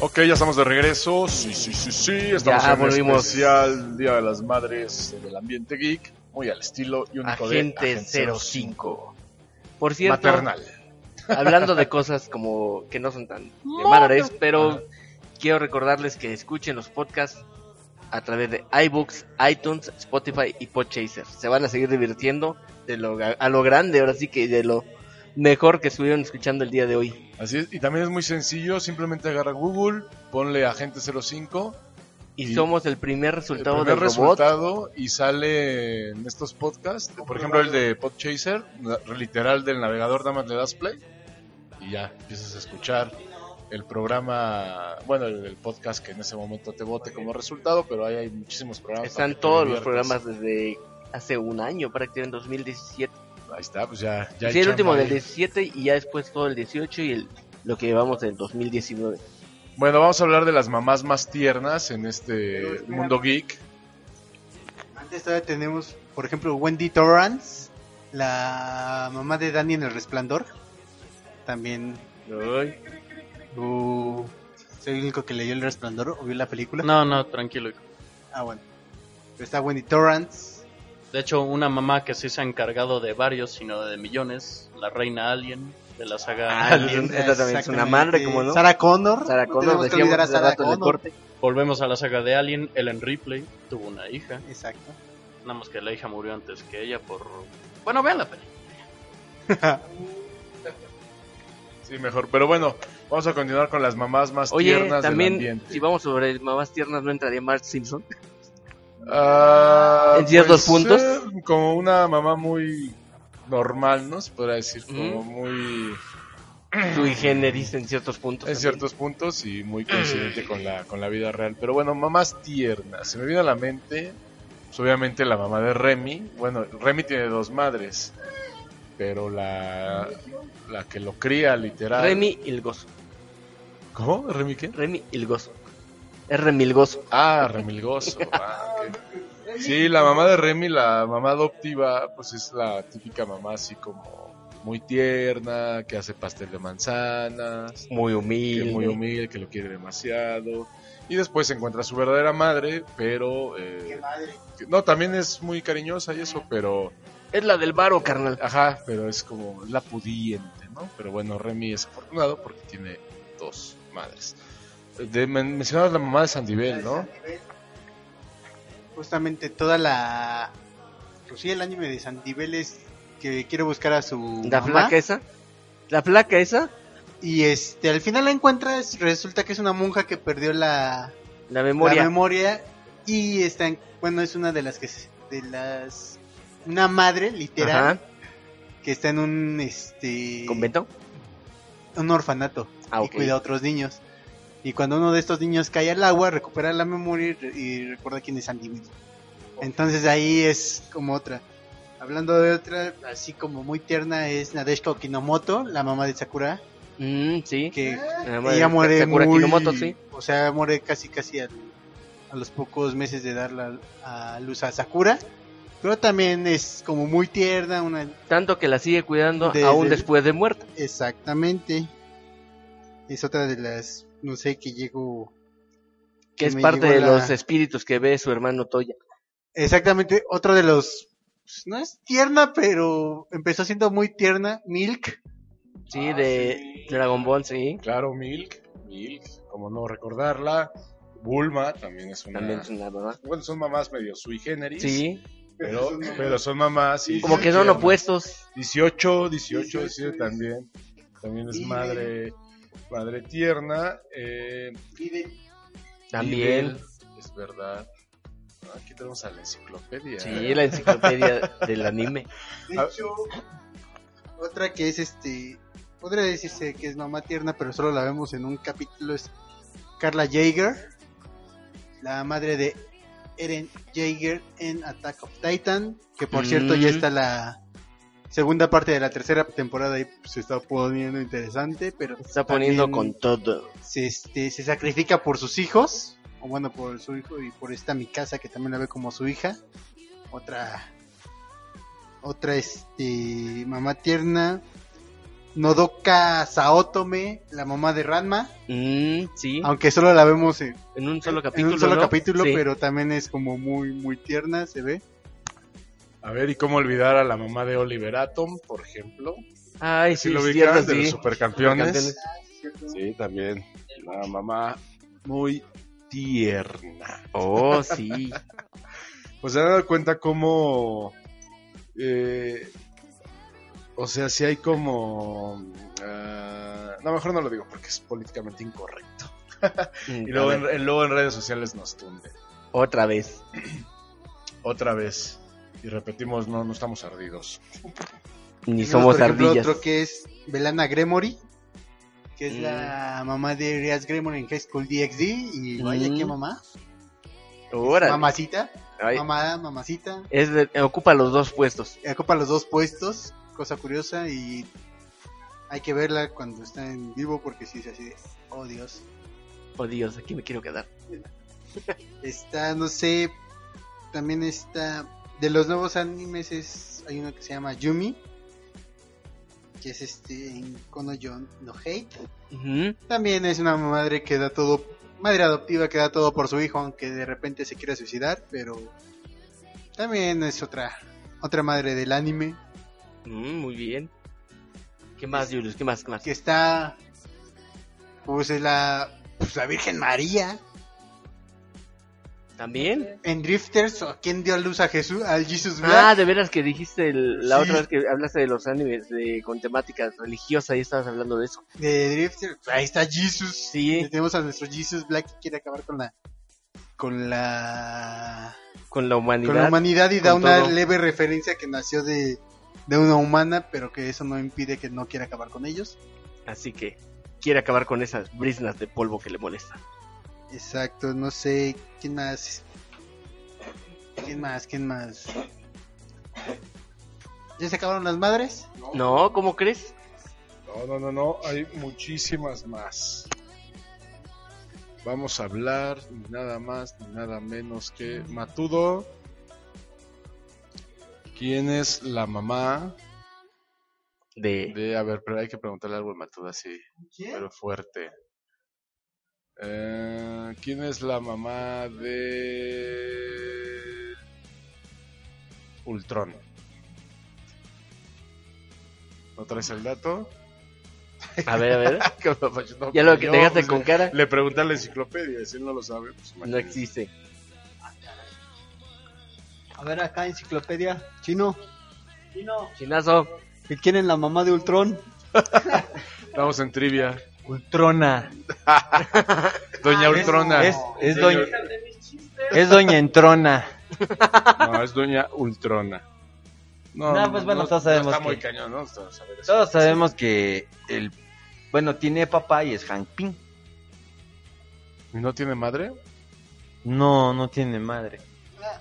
C: Ok, ya estamos de regreso. Sí, sí, sí, sí. Estamos
D: Ya
C: en un
D: volvimos.
C: especial Día de las Madres del Ambiente Geek. Muy al estilo y único de
D: Agente
C: Agente
D: 05.
C: eh,
D: Por cierto,
C: Maternal.
D: hablando de cosas como que no son tan de madres, pero quiero recordarles que escuchen los podcasts a través de iBooks, iTunes, Spotify y Podchaser. Se van a seguir divirtiendo de lo, ga- a lo grande, ahora sí que de lo mejor que estuvieron escuchando el día de hoy.
C: Así es, y también es muy sencillo. Simplemente agarra Google, ponle Agente 05.
D: Y, somos el primer resultado
C: el primer
D: del robot.
C: resultado y sale en estos podcasts. Por ejemplo, el de Podchaser, la- literal del navegador, nada más le das play y ya empiezas a escuchar el programa, bueno, el, el podcast que en ese momento te vote como resultado, pero ahí hay muchísimos programas. para que
D: Están
C: te
D: todos los
C: diviertas.
D: programas desde hace un año, prácticamente en 2017.
C: Ahí está, pues ya. ya hay
D: sí, el
C: chamba
D: último
C: ahí.
D: del 17 y ya después todo el 18 y el, lo que llevamos del 2019.
C: Bueno, vamos a hablar de las mamás más tiernas en este
K: espera.
C: mundo geek.
K: Antes todavía tenemos, por ejemplo, Wendy Torrance, la mamá de Dani en El Resplandor. También Uh, soy el único que leyó El Resplandor o vio la película.
I: No, no, tranquilo. hijo.
K: Ah, bueno. Está Wendy Torrance.
I: De hecho, una mamá que sí se ha encargado de varios, sino de millones, la reina Alien de la saga
E: Ah,
I: Alien.
D: Esta también es una madre, como no.
K: Sarah Connor.
D: Sarah
K: No
D: Connor,
K: tenemos que
D: decíamos
K: olvidar a
D: hace
K: Sarah
D: rato en el
K: Connor.
D: corte.
I: Volvemos a la saga de Alien, Ellen Ripley tuvo una hija,
K: Exacto.
I: nada más que la hija murió antes que ella por... Bueno, vean la película.
C: Sí, mejor. Pero bueno, vamos a continuar con las mamás más
D: Oye,
C: tiernas del
D: también,
C: ambiente.
D: si vamos sobre mamás tiernas, no entraría Mark Simpson.
C: Ah,
D: ¿En ciertos puntos?
C: eh, como una mamá muy normal, ¿no? Se podría decir, como
D: Ujú.
C: muy
D: Su generis en ciertos puntos.
C: en
D: también.
C: ciertos puntos y muy coincidente con la, con la vida real. Pero bueno, mamás tiernas. Se me viene a la mente, pues, obviamente, la mamá de Remy. Bueno, Remy tiene dos madres, pero la, la que lo cría, literal.
D: Remy y el gozo.
C: ¿Cómo? ¿Remy qué?
D: Remy Ilgoso. Es Remilgoso.
C: Ah, Remilgoso. ah, ok. Sí, la mamá de Remy, la mamá adoptiva, pues es la típica mamá así como muy tierna, que hace pastel de manzanas.
D: Muy humilde.
C: Que muy humilde, que lo quiere demasiado. Y después se encuentra a su verdadera madre, pero... eh, que- No, también es muy cariñosa y eso, pero...
D: Es la del varo, carnal.
C: Ajá, pero es como la pudiente, ¿no? Pero bueno, Remy es afortunado porque tiene dos madres. De, men- mencionabas la mamá de Sandivel, ¿no?
K: Justamente toda la. Pues sí, el anime de Sandivel es que quiere buscar a su.
D: La
K: mamá,
D: flaca esa. La flaca esa.
K: Y este, al final la encuentras, resulta que es una monja que perdió la,
D: La memoria.
K: la memoria y está en- bueno es una de las que se- de las una madre literal
D: Ajá.
K: que está en un este
D: ¿Convento?
K: un orfanato
D: Ah,
K: y
D: ok.
K: cuida a otros niños y cuando uno de estos niños cae al agua recupera la memoria y, re- y recuerda quién es Andy Whitney. entonces ahí es como otra hablando de otra así como muy tierna es Nadeshiko Kinomoto la mamá de Sakura
D: Mm, sí.
K: que
D: La madre
K: ella
D: de
K: muere
D: Sakura
K: muy-
D: Kinomoto, sí.
K: o sea muere casi casi al- a los pocos meses de dar la- a luz a Sakura pero también es como muy tierna una
D: Tanto que la sigue cuidando
K: Desde
D: aún
K: el-
D: después de muerta.
K: exactamente es otra de las no sé que llegó
D: Que es
K: me
D: parte
K: llegó
D: de
K: la-
D: los espíritus que ve su hermano Toya.
K: exactamente otro de los pues, no es tierna pero empezó siendo muy tierna Milk
D: Sí,
K: Ah,
D: de Dragon Ball, sí.
C: Claro, Milk, Milk, como no recordarla. Bulma también es una...
D: También es una mamá.
C: Bueno, son mamás medio sui generis.
D: Sí.
C: Pero, pero son mamás y...
D: Como que son
C: tiernas.
D: opuestos.
C: 18, 18, 18 también. También es madre, madre tierna. Eh,
D: También.
C: Fidel, Es verdad. Aquí tenemos a la enciclopedia.
D: Sí, la enciclopedia del anime.
K: de hecho otra que es este podría decirse que es mamá tierna pero solo la vemos en un capítulo es Carla Jaeger la madre de Eren Jaeger en Attack of Titan que por cierto ya
D: Mm.
K: está la segunda parte de la tercera temporada y pues, se está poniendo interesante pero
D: Está poniendo
K: también
D: con todo.
K: se, este, se sacrifica por sus hijos o bueno por su hijo y por esta Mikasa que también la ve como su hija otra otra este mamá tierna Nodoka Saotome la mamá de Ranma
D: Mm, sí.
K: aunque solo la vemos en,
D: En un solo
K: en
D: capítulo.
K: un solo
D: ¿no?
K: capítulo
D: Sí.
K: pero también es como muy muy tierna se ve
C: A ver, ¿y cómo olvidar a la mamá de Oliver Atom, por ejemplo?
D: Ay,
C: Si
D: sí,
C: lo
D: es
C: ubican,
D: cierto,
C: de los
D: sí.
C: supercampeones.
D: Supercampeones.
C: Sí, también. Una mamá muy tierna.
D: Oh, sí.
C: Pues se han dado cuenta cómo... eh, o sea, si hay como... ah, no, mejor no lo digo porque es políticamente incorrecto. Y luego en, en- luego en redes sociales nos tunden.
D: Otra vez.
C: Otra vez. Y repetimos, no, no estamos ardidos.
D: Ni
K: Tenemos,
D: somos
K: por ejemplo,
D: ardillas.
K: otro que es Belana Gremory que es
D: Mm.
K: la mamá de Rias Gremory en High School DxD y vaya
D: Mm.
K: qué mamá
D: Órale.
K: mamacita
D: Ay,
K: mamada mamacita
D: es de- ocupa los dos puestos.
K: ocupa los dos puestos, cosa curiosa y hay que verla cuando está en vivo porque si es así de, oh Dios.
D: Oh Dios, aquí me quiero quedar.
K: Está, no sé, también está de los nuevos animes es hay uno que se llama Yumi que es este en Konoyon no hate.
D: Ujú.
K: También es una madre que da todo madre adoptiva que da todo por su hijo aunque de repente se quiera suicidar, pero también es otra otra madre del anime
D: Mm, muy bien. ¿Qué más, Julius? ¿Qué más? ¿Qué más?
K: que está pues es la pues, la Virgen María
D: ¿También?
K: en Drifters o quien dio a luz a Jesús al Jesus
D: Ah,
K: Black
D: de veras que dijiste el- la
K: Sí.
D: otra vez que hablaste de los animes de, con temática religiosa y estabas hablando de eso.
K: de Drifters pues, ahí está Jesus
D: Sí,
K: tenemos a nuestro Jesus Black que quiere acabar con la con la
D: con la humanidad.
K: con la humanidad y
D: con
K: da una
D: todo.
K: leve referencia que nació de de una humana pero que eso no impide que no quiera acabar con ellos
D: Así que quiere acabar con esas brisnas de polvo que le molestan.
K: exacto no sé quién más quién más quién más ya se acabaron las madres
D: No, ¿cómo crees?
C: No, no, no, no. Hay muchísimas más. Vamos a hablar ni nada más ni nada menos que Matudo. ¿Quién es la mamá
D: de...
C: de a ver, pero hay que preguntarle algo a Matudo así, pero fuerte. Eh, ¿Quién es la mamá de Ultron? ¿No traes el dato?
D: A ver, a ver.
C: No,
D: ya lo que
C: yo,
D: dejaste
C: pues,
D: con cara.
C: Le pregunté a la enciclopedia, si él no lo sabe, pues
D: No
C: imagínate.
D: existe.
H: A ver acá, enciclopedia. Chino,
D: Chinazo.
H: ¿qué quieren la mamá de Ultron?
C: Estamos en trivia.
F: Ultrona.
C: Doña Ultrona.
F: Es, es doña, es doña Entrona.
C: No, es Doña Ultrona.
F: No, pues bueno, todos sabemos
C: está muy
F: que-
C: cañón, ¿no? Está- saber eso.
F: Todos sabemos que el bueno tiene papá y es Hank Pym.
C: ¿Y no tiene madre?
F: No, no tiene madre.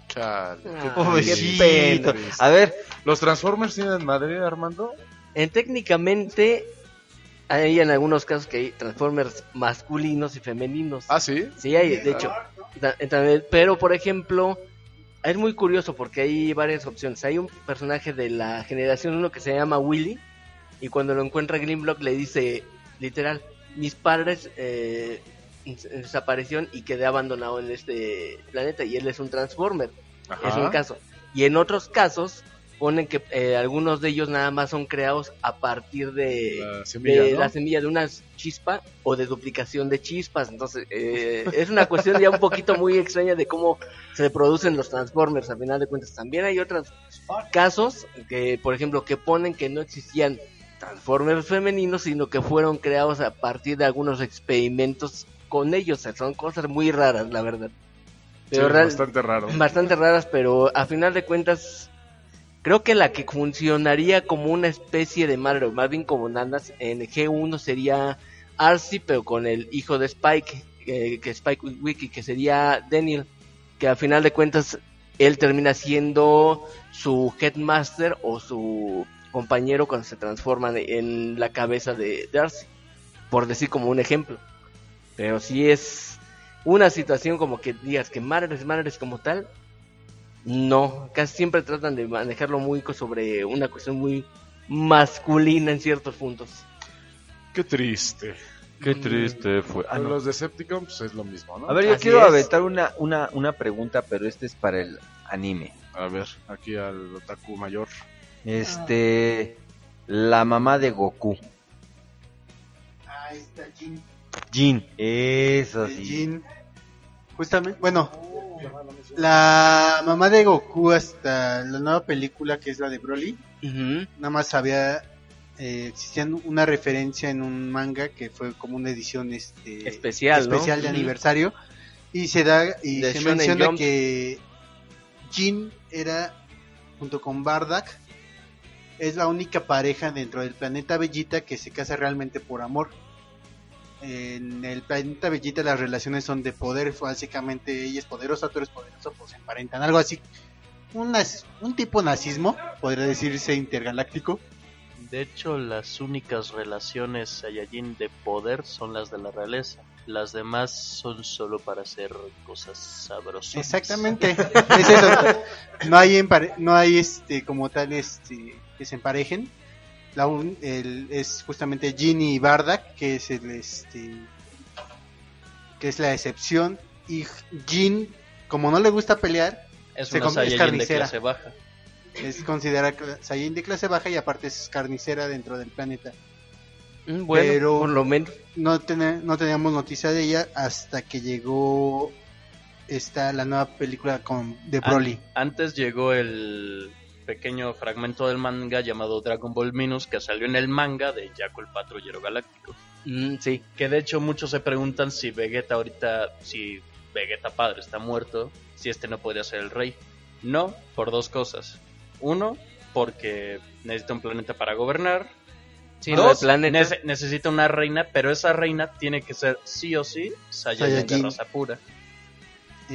C: Chale. qué
D: Ah,
C: pobrecito.
F: Pobrecito. A ver,
C: ¿Los Transformers tienen madre, Armando?
D: En, técnicamente hay en algunos casos que hay Transformers masculinos y femeninos.
C: Ah, sí.
D: Sí, hay, de hecho. Ta- eh, también, pero, por ejemplo, es muy curioso porque hay varias opciones. Hay un personaje de la generación 1 que se llama Willy. Y cuando lo encuentra Greenblock le dice, literal, mis padres eh, des- desaparecieron y quedé abandonado en este planeta. Y él es un Transformer.
C: Ajá.
D: Es un caso. Y en otros casos ponen que eh, algunos de ellos nada más son creados a partir de
C: La semilla,
D: de
C: ¿no?
D: la semilla de una chispa o de duplicación de chispas. Entonces, eh, es una cuestión ya un poquito muy extraña de cómo se producen los Transformers, a final de cuentas. También hay otros casos que, por ejemplo, que ponen que no existían Transformers femeninos, sino que fueron creados a partir de algunos experimentos con ellos. O sea, son cosas muy raras, la verdad. Pero
C: Sí,
D: real-
C: bastante raro.
D: bastante raras, pero a final de cuentas creo que la que funcionaría como una especie de madre, o más bien como nandas en G1 sería Arcee, pero con el hijo de Spike, eh, que Spike Wiki, que sería Daniel, que a final de cuentas él termina siendo su headmaster o su compañero cuando se transforman en la cabeza de, de Arcee, por decir como un ejemplo. Pero si es una situación como que digas que madres, madres como tal, no, casi siempre tratan de manejarlo muy co- sobre una cuestión muy masculina en ciertos puntos.
C: Qué triste.
F: qué triste fue. Ah,
C: Con
F: no.
C: Los Decepticons pues, es lo mismo, ¿no?
F: A ver, yo
D: Así
F: quiero
D: es.
F: aventar una, una, una pregunta, pero este es para el anime.
C: A ver, aquí al otaku mayor.
F: Este, la mamá de Goku,
K: Ahí está Jin.
F: Jin. Eso
K: de
F: sí.
K: Jin. Justamente, bueno, la mamá de Goku hasta la nueva película que es la de Broly, nada más había eh, existía una referencia en un manga que fue como una edición este
D: Especial, ¿no?
K: especial de
D: Ujú.
K: aniversario y se da y
D: De
K: se
D: Shonen
K: menciona
D: Jump.
K: que Jin era junto con Bardock es la única pareja dentro del planeta Bellita que se casa realmente por amor. En el planeta Bellita las relaciones son de poder, básicamente ella es poderosa, tú eres poderoso, pues se emparentan, algo así. Un, naz- un tipo nazismo, podría decirse intergaláctico.
E: De hecho, las únicas relaciones Saiyajin de poder son las de la realeza. Las demás son solo para hacer cosas sabrosas.
K: Exactamente, es eso. No hay, empare- no hay este, como tal este, que se emparejen. La un- el- es justamente Ginny y Bardak, que es el este, que es la excepción. Y Jin, como no le gusta pelear,
E: Es
K: Se
E: una
K: come- es
E: Saiyajin de
K: carnicera.
E: clase baja.
K: es considerada cla- Saiyajin de clase baja y aparte es carnicera dentro del planeta.
D: Mm, Bueno,
K: Pero-
D: por lo menos.
K: no, tene- no teníamos noticia de ella hasta que llegó esta la nueva película con de Broly.
E: An- antes llegó el pequeño fragmento del manga llamado Dragon Ball Minus que salió en el manga de Jaco el Patrullero Galáctico.
D: Mm, sí,
E: Que de hecho muchos se preguntan si Vegeta ahorita, si Vegeta padre está muerto, si este no podría ser el rey. No, por dos cosas. Uno, porque necesita un planeta para gobernar.
D: sí,
E: Dos,
D: no, el planeta.
E: nece- necesita una reina, pero esa reina tiene que ser sí o sí Saiyajin de
K: Saiyajin.
E: raza pura.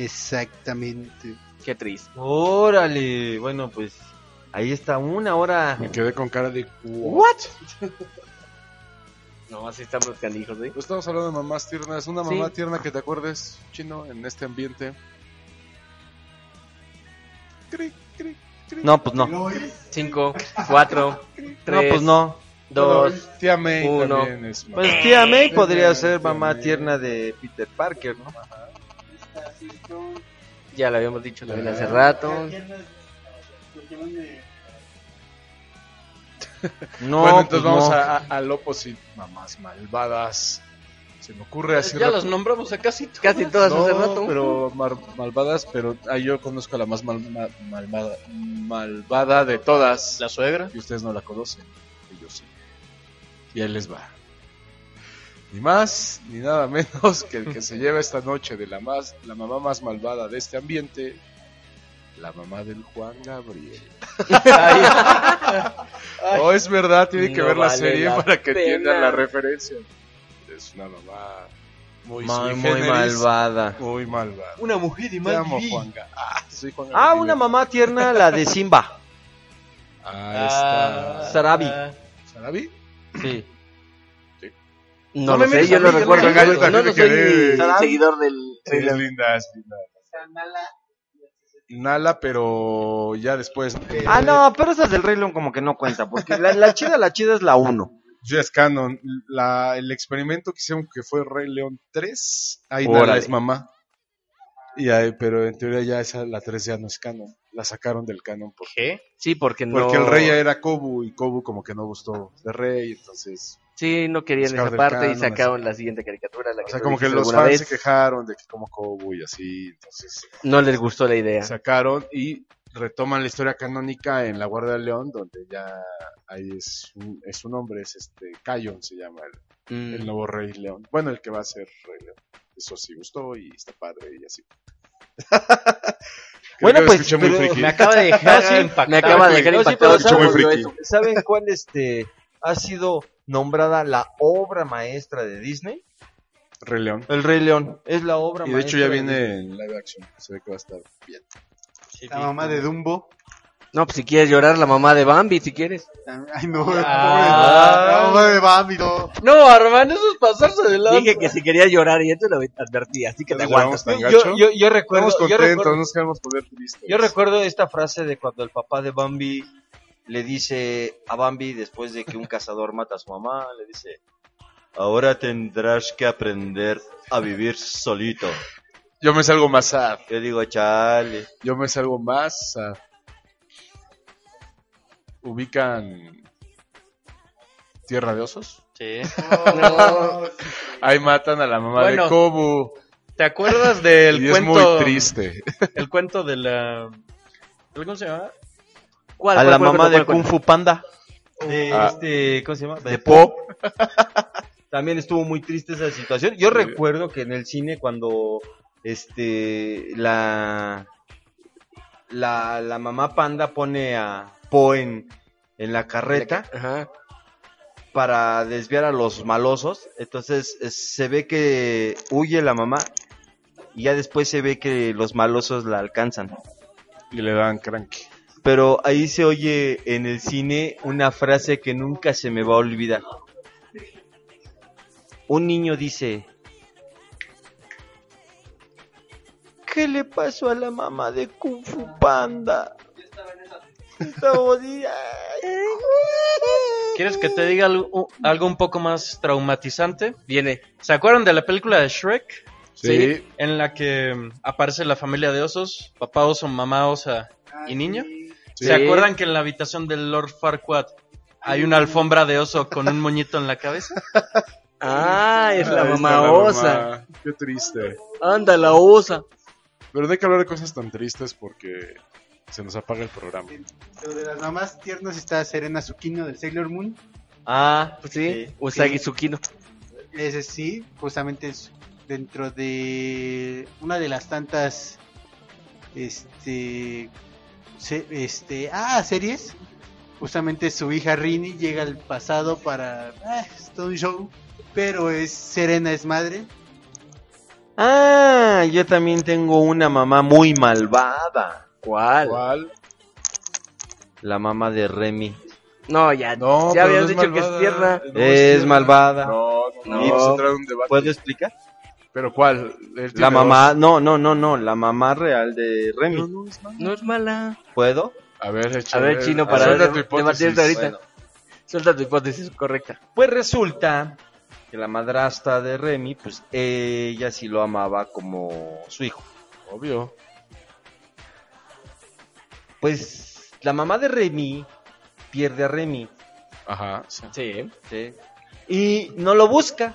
K: Exactamente.
D: Qué triste.
F: Órale, bueno, pues ahí está una hora.
C: Me quedé con cara de.
F: What?
D: No, así están los canijos, ¿eh?
C: Pues estamos hablando de mamás tiernas. Una mamá
D: Sí.
C: tierna que te acuerdes, chino, en este ambiente. Cri, cri, cri.
I: No, pues no.
D: Cinco, cuatro,
I: No,
D: tres,
I: pues no.
D: dos,
C: pues, Tía May
D: uno.
C: también es mamá.
F: Pues tía May
C: Tía
F: podría
C: May,
F: ser
C: tía
F: mamá
C: May.
F: tierna de Peter Parker, ¿no?
D: Ya lo habíamos dicho también hace
C: Ah.
D: rato.
F: No,
C: bueno, entonces
F: pues
C: vamos
F: no.
C: a, a- al opposite. Mamás malvadas. Se me ocurre
D: Pues
C: hace
E: Pues Ya
C: rato-
E: las nombramos a casi todas.
D: Casi todas
C: No,
D: hace rato.
C: pero mar- malvadas, pero ah, yo conozco a la más mal- ma- malvada, malvada de todas.
E: La suegra.
C: Y ustedes no la conocen, y yo sí. Y ahí les va. Ni más ni nada menos que el que se lleva esta noche de la más la mamá más malvada de este ambiente, la mamá del Juan Gabriel. No es verdad, tiene que
D: No
C: ver la
D: vale
C: serie
D: la
C: para que
D: pena.
C: entiendan la referencia. Es una mamá muy,
F: Ma-
C: sui
F: muy
C: generis,
F: malvada.
C: Muy malvada.
E: Una mujer y
C: Te amo, Juanga. Ah, soy Juanga
F: Ah,
C: Gabriel.
F: una mamá tierna, la de Simba.
C: Ah, está.
F: Sarabi.
C: ¿Sarabi?
F: Sí.
C: No
D: No, lo
C: me
D: sé,
C: mires
D: yo
C: a
D: no
C: mí, yo
D: recuerdo.
C: me engaño
D: No, no,
C: también,
D: soy
C: que-
D: ni seguidor del
C: Sí, es
D: trailer.
C: linda, es linda. Nala, pero ya después. eh,
F: Ah, no, pero esa del Rey León como que no cuenta, porque la, la chida, la chida es la 1.
C: Ya es canon. La- el experimento que hicieron que fue Rey León 3. Ahí Nala
F: Órale.
C: es mamá. Y ahí- pero en teoría ya esa, la 3 ya no es canon. La sacaron del canon. por-
E: ¿Qué?
D: Sí, porque no.
C: porque el rey ya era Kobu y Kobu como que no gustó de rey. Entonces,
D: Sí, no querían
C: Oscar
D: esa
C: del
D: parte y
C: Cano,
D: sacaron la siguiente caricatura. La
C: o
D: que
C: sea,
D: tú
C: como que
D: dijiste
C: los
D: alguna
C: fans
D: vez.
C: se quejaron de que como Kobu y así. Entonces,
D: No les gustó la idea.
C: sacaron y retoman la historia canónica en La Guardia del León, donde ya ahí es un, es un hombre, es este, Cayon se llama el,
D: Mm.
C: el nuevo Rey León. Bueno, el que va a ser Rey León. Eso sí gustó y está padre y así. Creo
F: Bueno,
C: que lo
F: pues,
C: escuché muy
F: pero-
C: friki.
E: Me acaba de dejar impactado.
D: Me acaba de dejar
F: No, sí,
D: impactado.
F: pero ¿saben,
C: Mucho muy friki.
F: ¿saben cuál este, ha sido nombrada la obra maestra de Disney?
C: Rey León.
F: El Rey León. Es la obra
C: Y de hecho
F: maestra.
C: ya
F: Disney.
C: viene en live action. Se ve que va a estar bien.
K: La mamá de Dumbo.
D: No, pues si quieres llorar, la mamá de Bambi, si quieres.
K: Ay, no,
E: Ah.
K: pobre- no, me va, mi no.
E: No, hermano, eso es pasarse de lado.
D: Dije que si quería llorar y ya te lo advertí, así que te
C: Entonces, llevamos
D: aguantas.
C: tan
F: Yo,
C: gacho.
F: yo, yo recuerdo.
C: Estamos
F: yo
C: contentos,
F: recuerdo-
C: no nos queremos poner tristes.
F: Yo recuerdo esta frase de cuando el papá de Bambi le dice a Bambi después de que un cazador mata a su mamá, le dice, ahora tendrás que aprender a vivir solito.
C: Yo me salgo más sad.
F: Yo digo, chale.
C: Yo me salgo más sad. Ubican Tierra de Osos.
E: Sí.
C: Ahí matan a la mamá de
E: Bueno.
C: Kobu.
E: ¿Te acuerdas del
C: y es
E: cuento?
C: muy triste.
E: El cuento de la. ¿Cómo se llama?
D: ¿Cuál,
F: a
D: cuál,
F: la
D: cuál,
F: mamá
D: cuál,
F: de
D: cuál,
F: Kung Fu Panda. De
C: Ah.
F: este, ¿cómo se llama? De Pop. También estuvo muy triste esa situación. Yo
C: Sí.
F: recuerdo que en el cine cuando este la la, la mamá panda pone a Po en, en la carreta
D: cuál? Ajá.
F: para desviar a los malosos. Entonces es- se ve que huye la mamá y ya después se ve que los malosos la alcanzan.
C: Y le dan cranky.
F: Pero ahí se oye en el cine una frase que nunca se me va a olvidar. Un niño dice, ¿qué le pasó a la mamá de Kung Fu Panda? Estaba jodida.
E: ¿Quieres que te diga algo, algo un poco más traumatizante?
D: Viene.
E: ¿Se acuerdan de la película de Shrek?
C: Sí.
E: En la que mm, aparece la familia de osos, papá oso, mamá osa y niño. ¿Se
D: Sí.
E: acuerdan que en la habitación del Lord Farquaad hay una alfombra de oso con un moñito en la cabeza?
D: Ah, es la
C: Ahí está
D: mamá osa.
C: mamá. Qué triste.
D: Anda, la osa.
C: Pero no hay que hablar de cosas tan tristes porque se nos apaga el programa.
K: Lo de las mamás tiernas está Serena Zucchino del Sailor Moon.
D: Ah, pues sí.
F: Sí.
D: Usagi Tsukino.
K: Ese sí, justamente es dentro de una de las tantas este se- este ah series justamente su hija Rini llega al pasado para ah, es todo un show pero es Serena es madre
F: Ah, yo también tengo una mamá muy malvada.
D: ¿Cuál?
C: ¿Cuál?
F: La mamá de Remy.
D: No, ya,
C: No,
D: ya
C: pero
D: habías
C: no es
D: dicho que es
C: malvada,
D: tierna.
C: no
F: Es
C: tierna.
F: malvada.
C: No, no, no, vamos a entrar en un debate.
F: ¿Puedo explicar?
C: ¿Pero cuál? Él tiene
F: pues, La mamá,
C: dos.
F: no, no, no, no, la mamá real de Remy.
D: No es mala.
F: ¿Puedo?
C: A ver,
D: A
C: échale,
D: ver, chino, para
C: suelta
D: deb-
C: tu
D: debatirte
C: hipótesis.
D: ahorita. Suelta tu hipótesis correcta.
F: Pues resulta que la madrastra de Remy, pues ella sí lo amaba como su hijo.
C: Obvio.
F: Pues la mamá de Remy pierde a Remy.
C: Ajá. sí.
D: Sí.
F: ¿sí? Y no lo busca,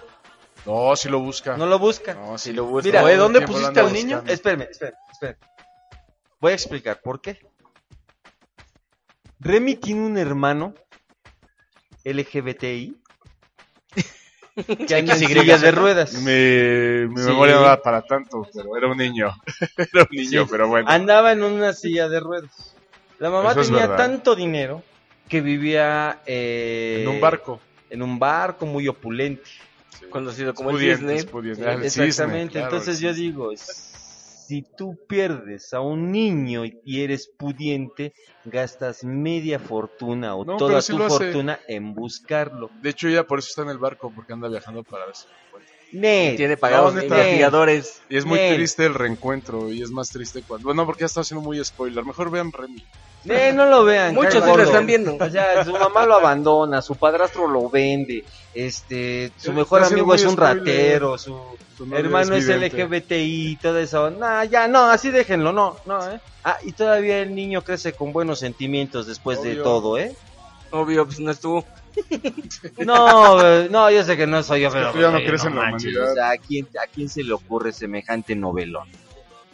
C: No, si lo busca.
F: no lo busca.
C: No, sí.
D: lo buscas.
F: Mira,
C: Todo el
F: ¿dónde
C: tiempo lo
F: pusiste
C: anda
F: al niño?
C: buscando.
F: Espérame, espérame, espérame. Voy a explicar por qué. Remy tiene un hermano LGBTI que anda en
E: XY,
F: silla de
E: ¿verdad?
F: ruedas.
C: Mi, mi
F: Sí.
C: memoria no da para tanto, pero era un niño. era un niño,
F: Sí.
C: pero bueno.
F: Andaba en una silla de ruedas. La mamá
C: Eso es
F: tenía
C: verdad.
F: tanto dinero que vivía eh,
C: en un barco.
F: en un barco muy opulente.
C: Sí.
D: Conocido eh, como
C: Pudiente,
D: el Disney.
C: pudiente. Ah, el cisne,
F: Eh, Exactamente.
C: claro,
F: Entonces
C: el
F: yo
C: cisne.
F: digo, si tú pierdes a un niño y- y eres pudiente, gastas media fortuna o
C: No, pero
F: toda
C: sí
F: tu
C: lo hace.
F: fortuna en buscarlo.
C: De hecho, ella por eso está en el barco, porque anda viajando para ver si lo encuentra.
F: Nel,
D: Tiene pagados
C: No, neta.
D: investigadores.
C: Y es muy
F: Nel,
C: triste el reencuentro, y es más triste cuando... Bueno, porque ya está haciendo muy spoiler. Mejor vean Remy.
F: Nel, no lo vean.
D: Muchos
F: cae
D: sí lo
F: gordo.
D: están viendo.
F: O sea, su mamá lo abandona, su padrastro lo vende, este,
C: Está
F: su mejor
C: haciendo
F: amigo
C: muy
F: es un
C: spoiler.
F: ratero, su
C: Su
F: Mi
C: novia
F: hermano es
C: vidente.
F: LGBTI, todo eso. Nah, ya, no, así déjenlo, no, no, ¿eh? Ah, y todavía el niño crece con buenos sentimientos después de
C: Obvio.
F: todo, ¿eh?
D: Obvio, pues no estuvo.
F: No, eh, no, yo sé que no soy yo,
C: que
F: pero...
C: tú ya no
F: oye,
C: crees en la humanidad.
F: o sea, ¿a quién, ¿a quién se le ocurre semejante novelón?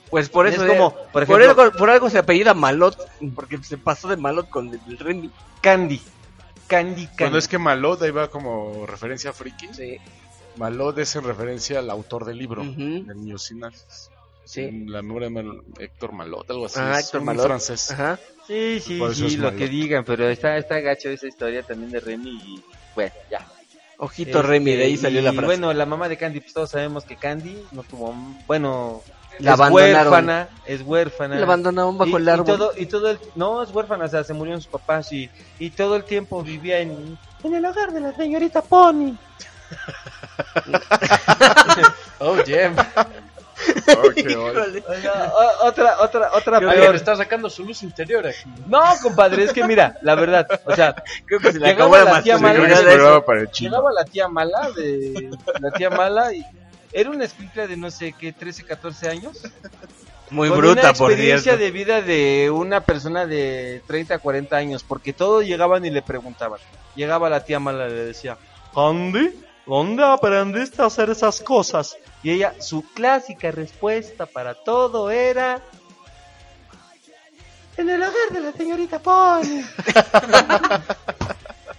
D: Pues por
F: Es
D: eso.
F: como,
D: eh,
F: por
D: por,
F: ejemplo-
D: algo, por algo se apellida Malot. Porque se pasó de Malot con el, el Remy.
F: Candy, Candy, Candy.
C: Cuando es que Malod ahí va como referencia a friki.
D: Sí.
C: Malod es en referencia al autor del libro,
D: Ujú.
C: del Niño Sinas.
D: Sí.
C: La memoria de Mal- Héctor Malot, algo así.
D: Ah,
C: es
D: Héctor
C: un
D: Malot.
C: francés.
D: Ajá.
F: Sí, sí,
C: Por eso
F: sí,
C: es
F: lo
C: malo.
F: que digan, pero está, está gacho esa historia también de Remy y... Bueno, ya.
D: Ojito Remy, de ahí
F: Este,
D: salió la
F: y
D: frase.
F: Bueno, la mamá de Candy, pues todos sabemos que Candy no tuvo... Bueno...
D: La
F: es
D: abandonaron.
F: huérfana, es huérfana.
D: la abandonaron bajo
F: y,
D: el árbol.
F: Y todo, y todo el, no, es huérfana, o sea, se murieron sus papás y, y todo el tiempo vivía en...
J: En el hogar de la señorita Pony.
E: Oh, yeah.
C: Oh, qué odio.
D: Híjole.
F: o sea, o- otra, otra, otra
E: Alguien
F: peor.
E: está sacando su luz interior aquí.
F: No, compadre, es que mira, la verdad, o sea,
D: Creo que se le
F: Llegaba
D: acabó la
F: la tía
C: Sí, creo que
F: Malot.
D: masculinidad
C: es
D: a eso.
C: programa para el chino.
F: llegaba la tía mala de... La tía mala y... Era una escuincla de no sé qué, 13, 14 años.
D: Muy
F: con
D: bruta,
F: una
D: por
F: experiencia
D: cierto.
F: de vida de una persona de 30, 40 años, porque todos llegaban y le preguntaban. Llegaba la tía mala y le decía, ¿dónde? ¿Dónde aprendiste a hacer esas cosas? Y ella, su clásica respuesta para todo era...
J: En el hogar de la señorita Pony.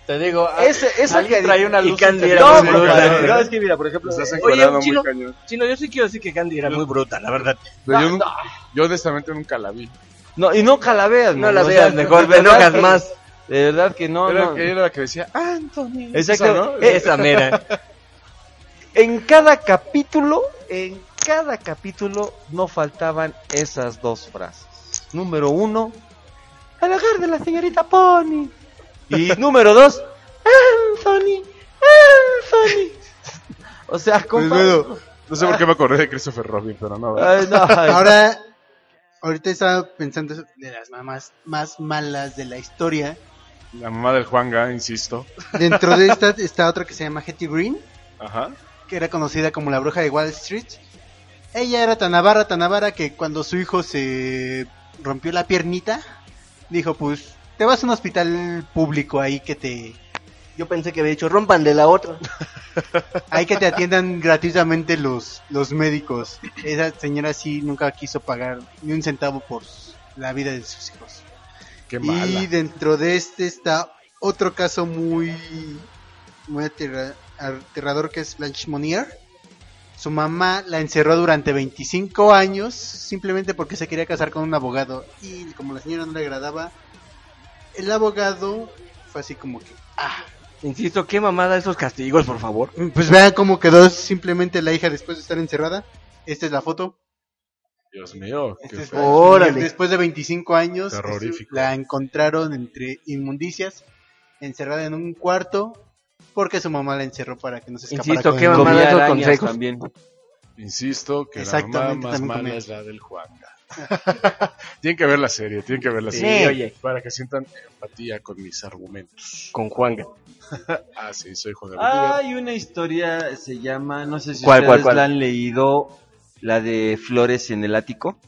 E: Te digo, ah,
F: Ese, esa
E: alguien
F: que-
E: trae una
D: y
E: luz
D: Candy
E: interior.
D: era
F: No,
D: muy
F: compadre,
D: bruta.
F: no, es que mira, por ejemplo...
C: Los has
D: Oye,
C: encuadrado muy
D: chino.
C: cañón.
D: Chino, yo sí quiero decir que Candy era muy bruta, la verdad.
C: Pero yo, nunca- yo honestamente nunca la vi.
F: No, y nunca la veas,
D: No
F: man,
D: la
F: o sea,
D: veas, mejor
F: de
D: te
F: verdad
D: enojas
F: que-
D: más.
F: De verdad que no,
C: era,
F: no.
C: era la que decía, Anthony.
F: Exacto.
C: Esa, ¿no?
F: Eh,
D: Esa mera.
F: en cada capítulo, en cada capítulo no faltaban esas dos frases. Número uno
J: El hogar de la señorita Pony.
F: y número dos.
J: Anthony. Anthony.
F: O sea,
C: Pues
F: compadre.
C: bueno, no sé por qué me acordé de Christopher Robin, pero no. ¿verdad?
F: Ay, no, ay.
K: Ahora, ahorita estaba pensando de las mamás más malas de la historia.
C: La mamá del Juanga, insisto.
K: Dentro de esta está otra que se llama Hetty Green,
C: Ajá.
K: que era conocida como la bruja de Wall Street. Ella era tan avara, tan avara que cuando su hijo se rompió la piernita, dijo, pues, te vas a un hospital público ahí que te,
D: Yo pensé que había dicho, rompan de la otra.
K: ahí que te atiendan gratuitamente los, los médicos. Esa señora sí nunca quiso pagar ni un centavo por la vida de sus hijos.
C: Qué
K: Y
C: mala.
K: dentro de este está otro caso muy, muy aterra- aterrador que es Blanche Monnier. Su mamá la encerró durante 25 años simplemente porque se quería casar con un abogado. Y como la señora no le agradaba, el abogado fue así como que...
D: Insisto, qué mamada esos castigos, por favor.
K: Pues vean cómo quedó simplemente la hija después de estar encerrada. Esta es la foto.
C: Dios mío. qué
K: Este es-
C: feo.
D: Órale.
K: Después de 25 años,
C: Terrorífico.
K: la encontraron entre inmundicias. encerrada en un cuarto porque su mamá la encerró para que no se escapara.
D: Insisto,
K: con
D: qué
K: él.
D: mamá
K: Comía
D: de esos
K: arañas
D: consejos.
K: también.
C: Insisto que la mamá
K: Exactamente,
C: más
K: también
C: mala
K: comía.
C: es la del Juanga. tienen que ver la serie, tienen que ver la
D: Sí,
C: serie.
D: oye.
C: Para que sientan empatía con mis argumentos.
D: Con Juanga.
C: ah, sí, soy hijo de
I: Hay una historia, se llama, no sé si
C: ¿Cuál,
I: ustedes
C: cuál, cuál?
I: la han leído, la de Flores en el Ático.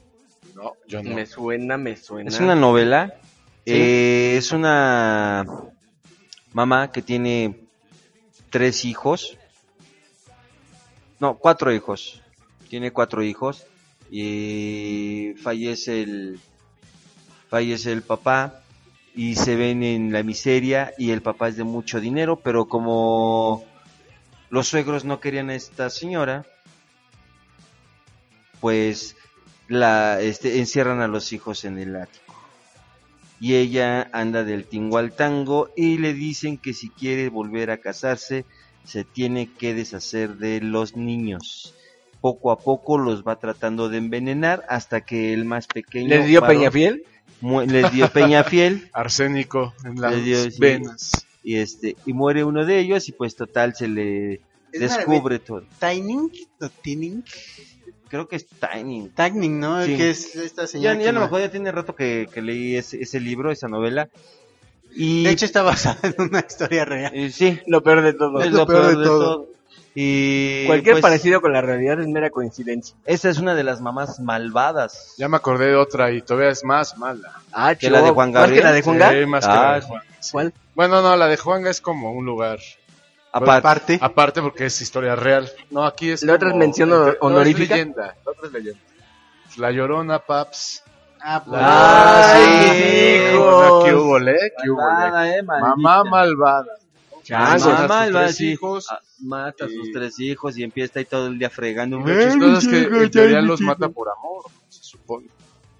C: No, yo no.
D: Me suena, me suena.
I: Es una novela.
D: Sí.
I: eh, es una mamá que tiene tres hijos. No, cuatro hijos. Tiene cuatro hijos. Y fallece el, fallece el papá y se ven en la miseria y el papá es de mucho dinero, pero como los suegros no querían a esta señora, pues la este, encierran a los hijos en el ático. Y ella anda del tingo al tango y le dicen que si quiere volver a casarse se tiene que deshacer de los niños. Poco a poco los va tratando de envenenar hasta que el más pequeño
D: ¿Les dio
I: varón-
D: Peñafiel?
I: mu- les dio Peñafiel
C: Arsénico en las
I: les dio, sí,
C: venas.
I: y este y muere uno de ellos y pues total se le
K: Es
I: descubre todo
K: Tining, o Tining,
I: creo que es Tiny
K: Tining, ¿no?
I: Sí.
K: Que es esta señora.
I: ya,
K: que
I: ya no me
K: ma-
I: acuerdo ya tiene rato que, que leí ese, ese libro esa novela y
K: De hecho está basada en una historia real.
I: y sí
D: Lo peor de todo.
I: es lo peor de todo y
D: Cualquier
I: pues,
D: parecido con la realidad es mera coincidencia.
I: esa es una de las mamás malvadas
C: Ya me acordé de otra y todavía es más mala.
D: Ah,
I: ¿Que la de Juan
D: ¿Más
I: Gabriel?
D: que la de Juan
C: Sí,
D: Gabriel?
C: más que
I: Ah,
C: la de Juanga, sí.
D: ¿Cuál?
C: Bueno, no, la de Juanga es como un lugar
I: aparte
K: Aparte,
C: aparte porque es historia real. No, aquí es.
D: ¿La otra es
C: como-
D: mención
C: no,
D: honorífica?
C: es leyenda. La otra es leyenda. La llorona, paps.
K: ah, pues,
D: Ah,
I: Ay,
D: sí,
I: hijos.
C: Llorona, ¿Qué hubo, le? ¿Qué hubo, le?
I: Malvada, eh, maldita.
C: Mamá malvada.
I: Mamá
C: Mata a sus
I: malvada,
C: tres
I: sí.
C: hijos.
I: Ah, mata a sus
C: Y-
I: tres hijos y empieza ahí todo el día fregando
C: Lo chistoso es que en teoría los mata por amor, se supone.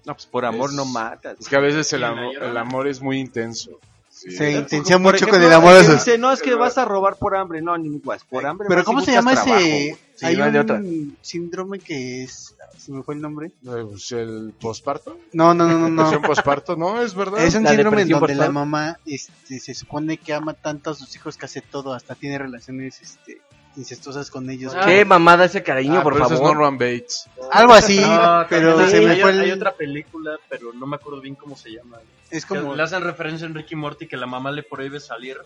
I: no pues por amor
C: es-
I: no matas
C: Es que a veces el,
F: Y en
C: amo-
F: la llorona.
C: el amor es muy intenso. Sí.
K: se
C: Sí.
K: intenció
I: Por
K: mucho
I: ejemplo,
K: con el amor
I: el
K: de
I: que
K: sus
I: dice, no, es que vas a robar por hambre. No, ni guas, por hambre.
K: Pero
I: vas y
K: ¿cómo se
I: buscas
K: llama
I: trabajo.
K: ese?
D: Sí,
K: Hay
D: no hay
K: un
D: de otra.
K: síndrome que es... Se me fue el nombre.
C: Eh, pues, el posparto.
K: No, no, no, no.
C: ¿Es un
K: no.
C: posparto? No, es verdad.
K: Es un
D: La
K: síndrome en
D: depresión
K: donde la
D: postparto.
K: mamá este, se supone que ama tanto a sus hijos que hace todo, hasta tiene relaciones este, incestuosas con ellos.
D: Qué mamada ese cariño,
C: Ah,
D: por
C: pero eso
D: favor.
C: es Norman Bates.
K: Algo así,
F: No,
K: pero
F: Ah, también
K: se
F: hay,
K: me
F: hay-
K: fue el-
F: hay otra película, pero no me acuerdo bien cómo se llama.
K: Es
F: Que
K: como
F: Le hacen referencia a Ricky Morty que la mamá le prohíbe salir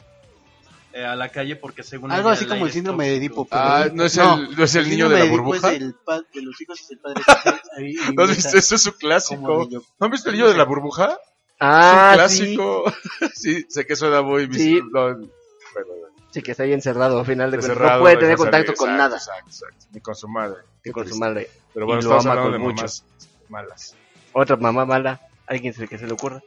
F: eh, a la calle porque según
K: algo
F: ella
K: así
F: el
K: como
F: aire
K: el
F: es
K: síndrome de
F: tóxico.
K: Edipo. pero-
C: Ah, ¿no es, el, no es el niño
K: síndrome pues,
C: de la
K: Edipo
C: burbuja?
K: Es el pa- de los hijos es el padre. que está ahí y
C: ¿No has
K: está
C: visto? Eso es un
K: como
C: clásico.
K: niño.
C: ¿No han visto el niño de la burbuja? es un
D: Ah,
C: clásico. Sí. sé que suena muy... mis-
D: Sí.
C: no, bueno,
D: sí. Sí, que está ahí encerrado, al final de cuentas.
C: cerrado,
D: no puede
C: no
D: tener
C: deja
D: contacto
C: salir.
D: con
C: Exacto,
D: nada.
C: Exacto, exacto. Ni con su madre.
D: que
C: Qué
D: con su
C: triste.
D: madre.
C: Pero bueno,
D: Y lo
C: estamos
D: ama
C: hablando
D: con
C: de
D: mucho.
C: mamás malas.
D: Otra mamá mala. Alguien se, que se le ocurra.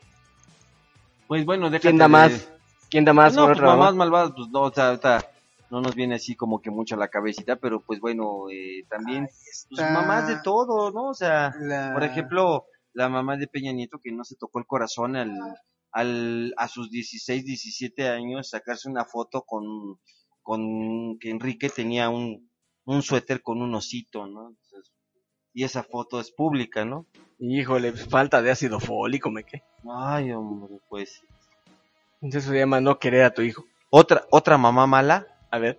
I: Pues bueno, déjate
D: ¿Quién da
I: de-
D: más? ¿Quién da más
I: no,
D: por
I: pues
D: otra mamá?
I: mamás malvadas, pues no, o sea, ahorita no nos viene así como que mucho a la cabecita, pero pues bueno, eh, también pues,
K: está.
I: mamás de todo, ¿no? O sea,
K: La-
I: por ejemplo, la mamá de Peña Nieto que no se tocó el corazón al, al a sus 16, 17 años sacarse una foto con, con que Enrique tenía un, un suéter con un osito, ¿no? Entonces, y esa foto es pública, ¿no?
D: Híjole, pues, falta de ácido fólico, me qué.
I: Ay, hombre, pues.
D: Entonces se llama no querer a tu hijo.
I: Otra, otra mamá mala,
D: A ver.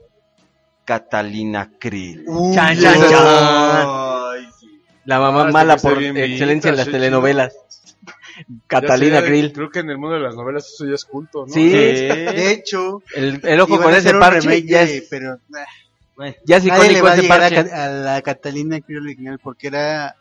I: Catalina Krill.
K: Uh,
D: Chan,
K: ya.
D: chan, chan. La mamá
C: Ah, esta
D: mala
C: que se
D: por
C: bien vintage,
D: excelencia en las
C: sí,
D: telenovelas.
C: Ya
D: Catalina
C: sé,
D: Grill.
C: Creo que en el mundo de las novelas eso ya es culto, ¿no?
D: Sí.
K: De hecho,
D: El, el ojo
K: iban
D: con
K: a
D: ese
K: hacer un
D: parche
K: remake
D: ya
K: de-
D: es,
K: pero
D: ya es
K: nadie le
D: icónico
K: va a
D: ese
K: llegar a,
D: parche.
K: Ca- a la Catalina Krill original porque era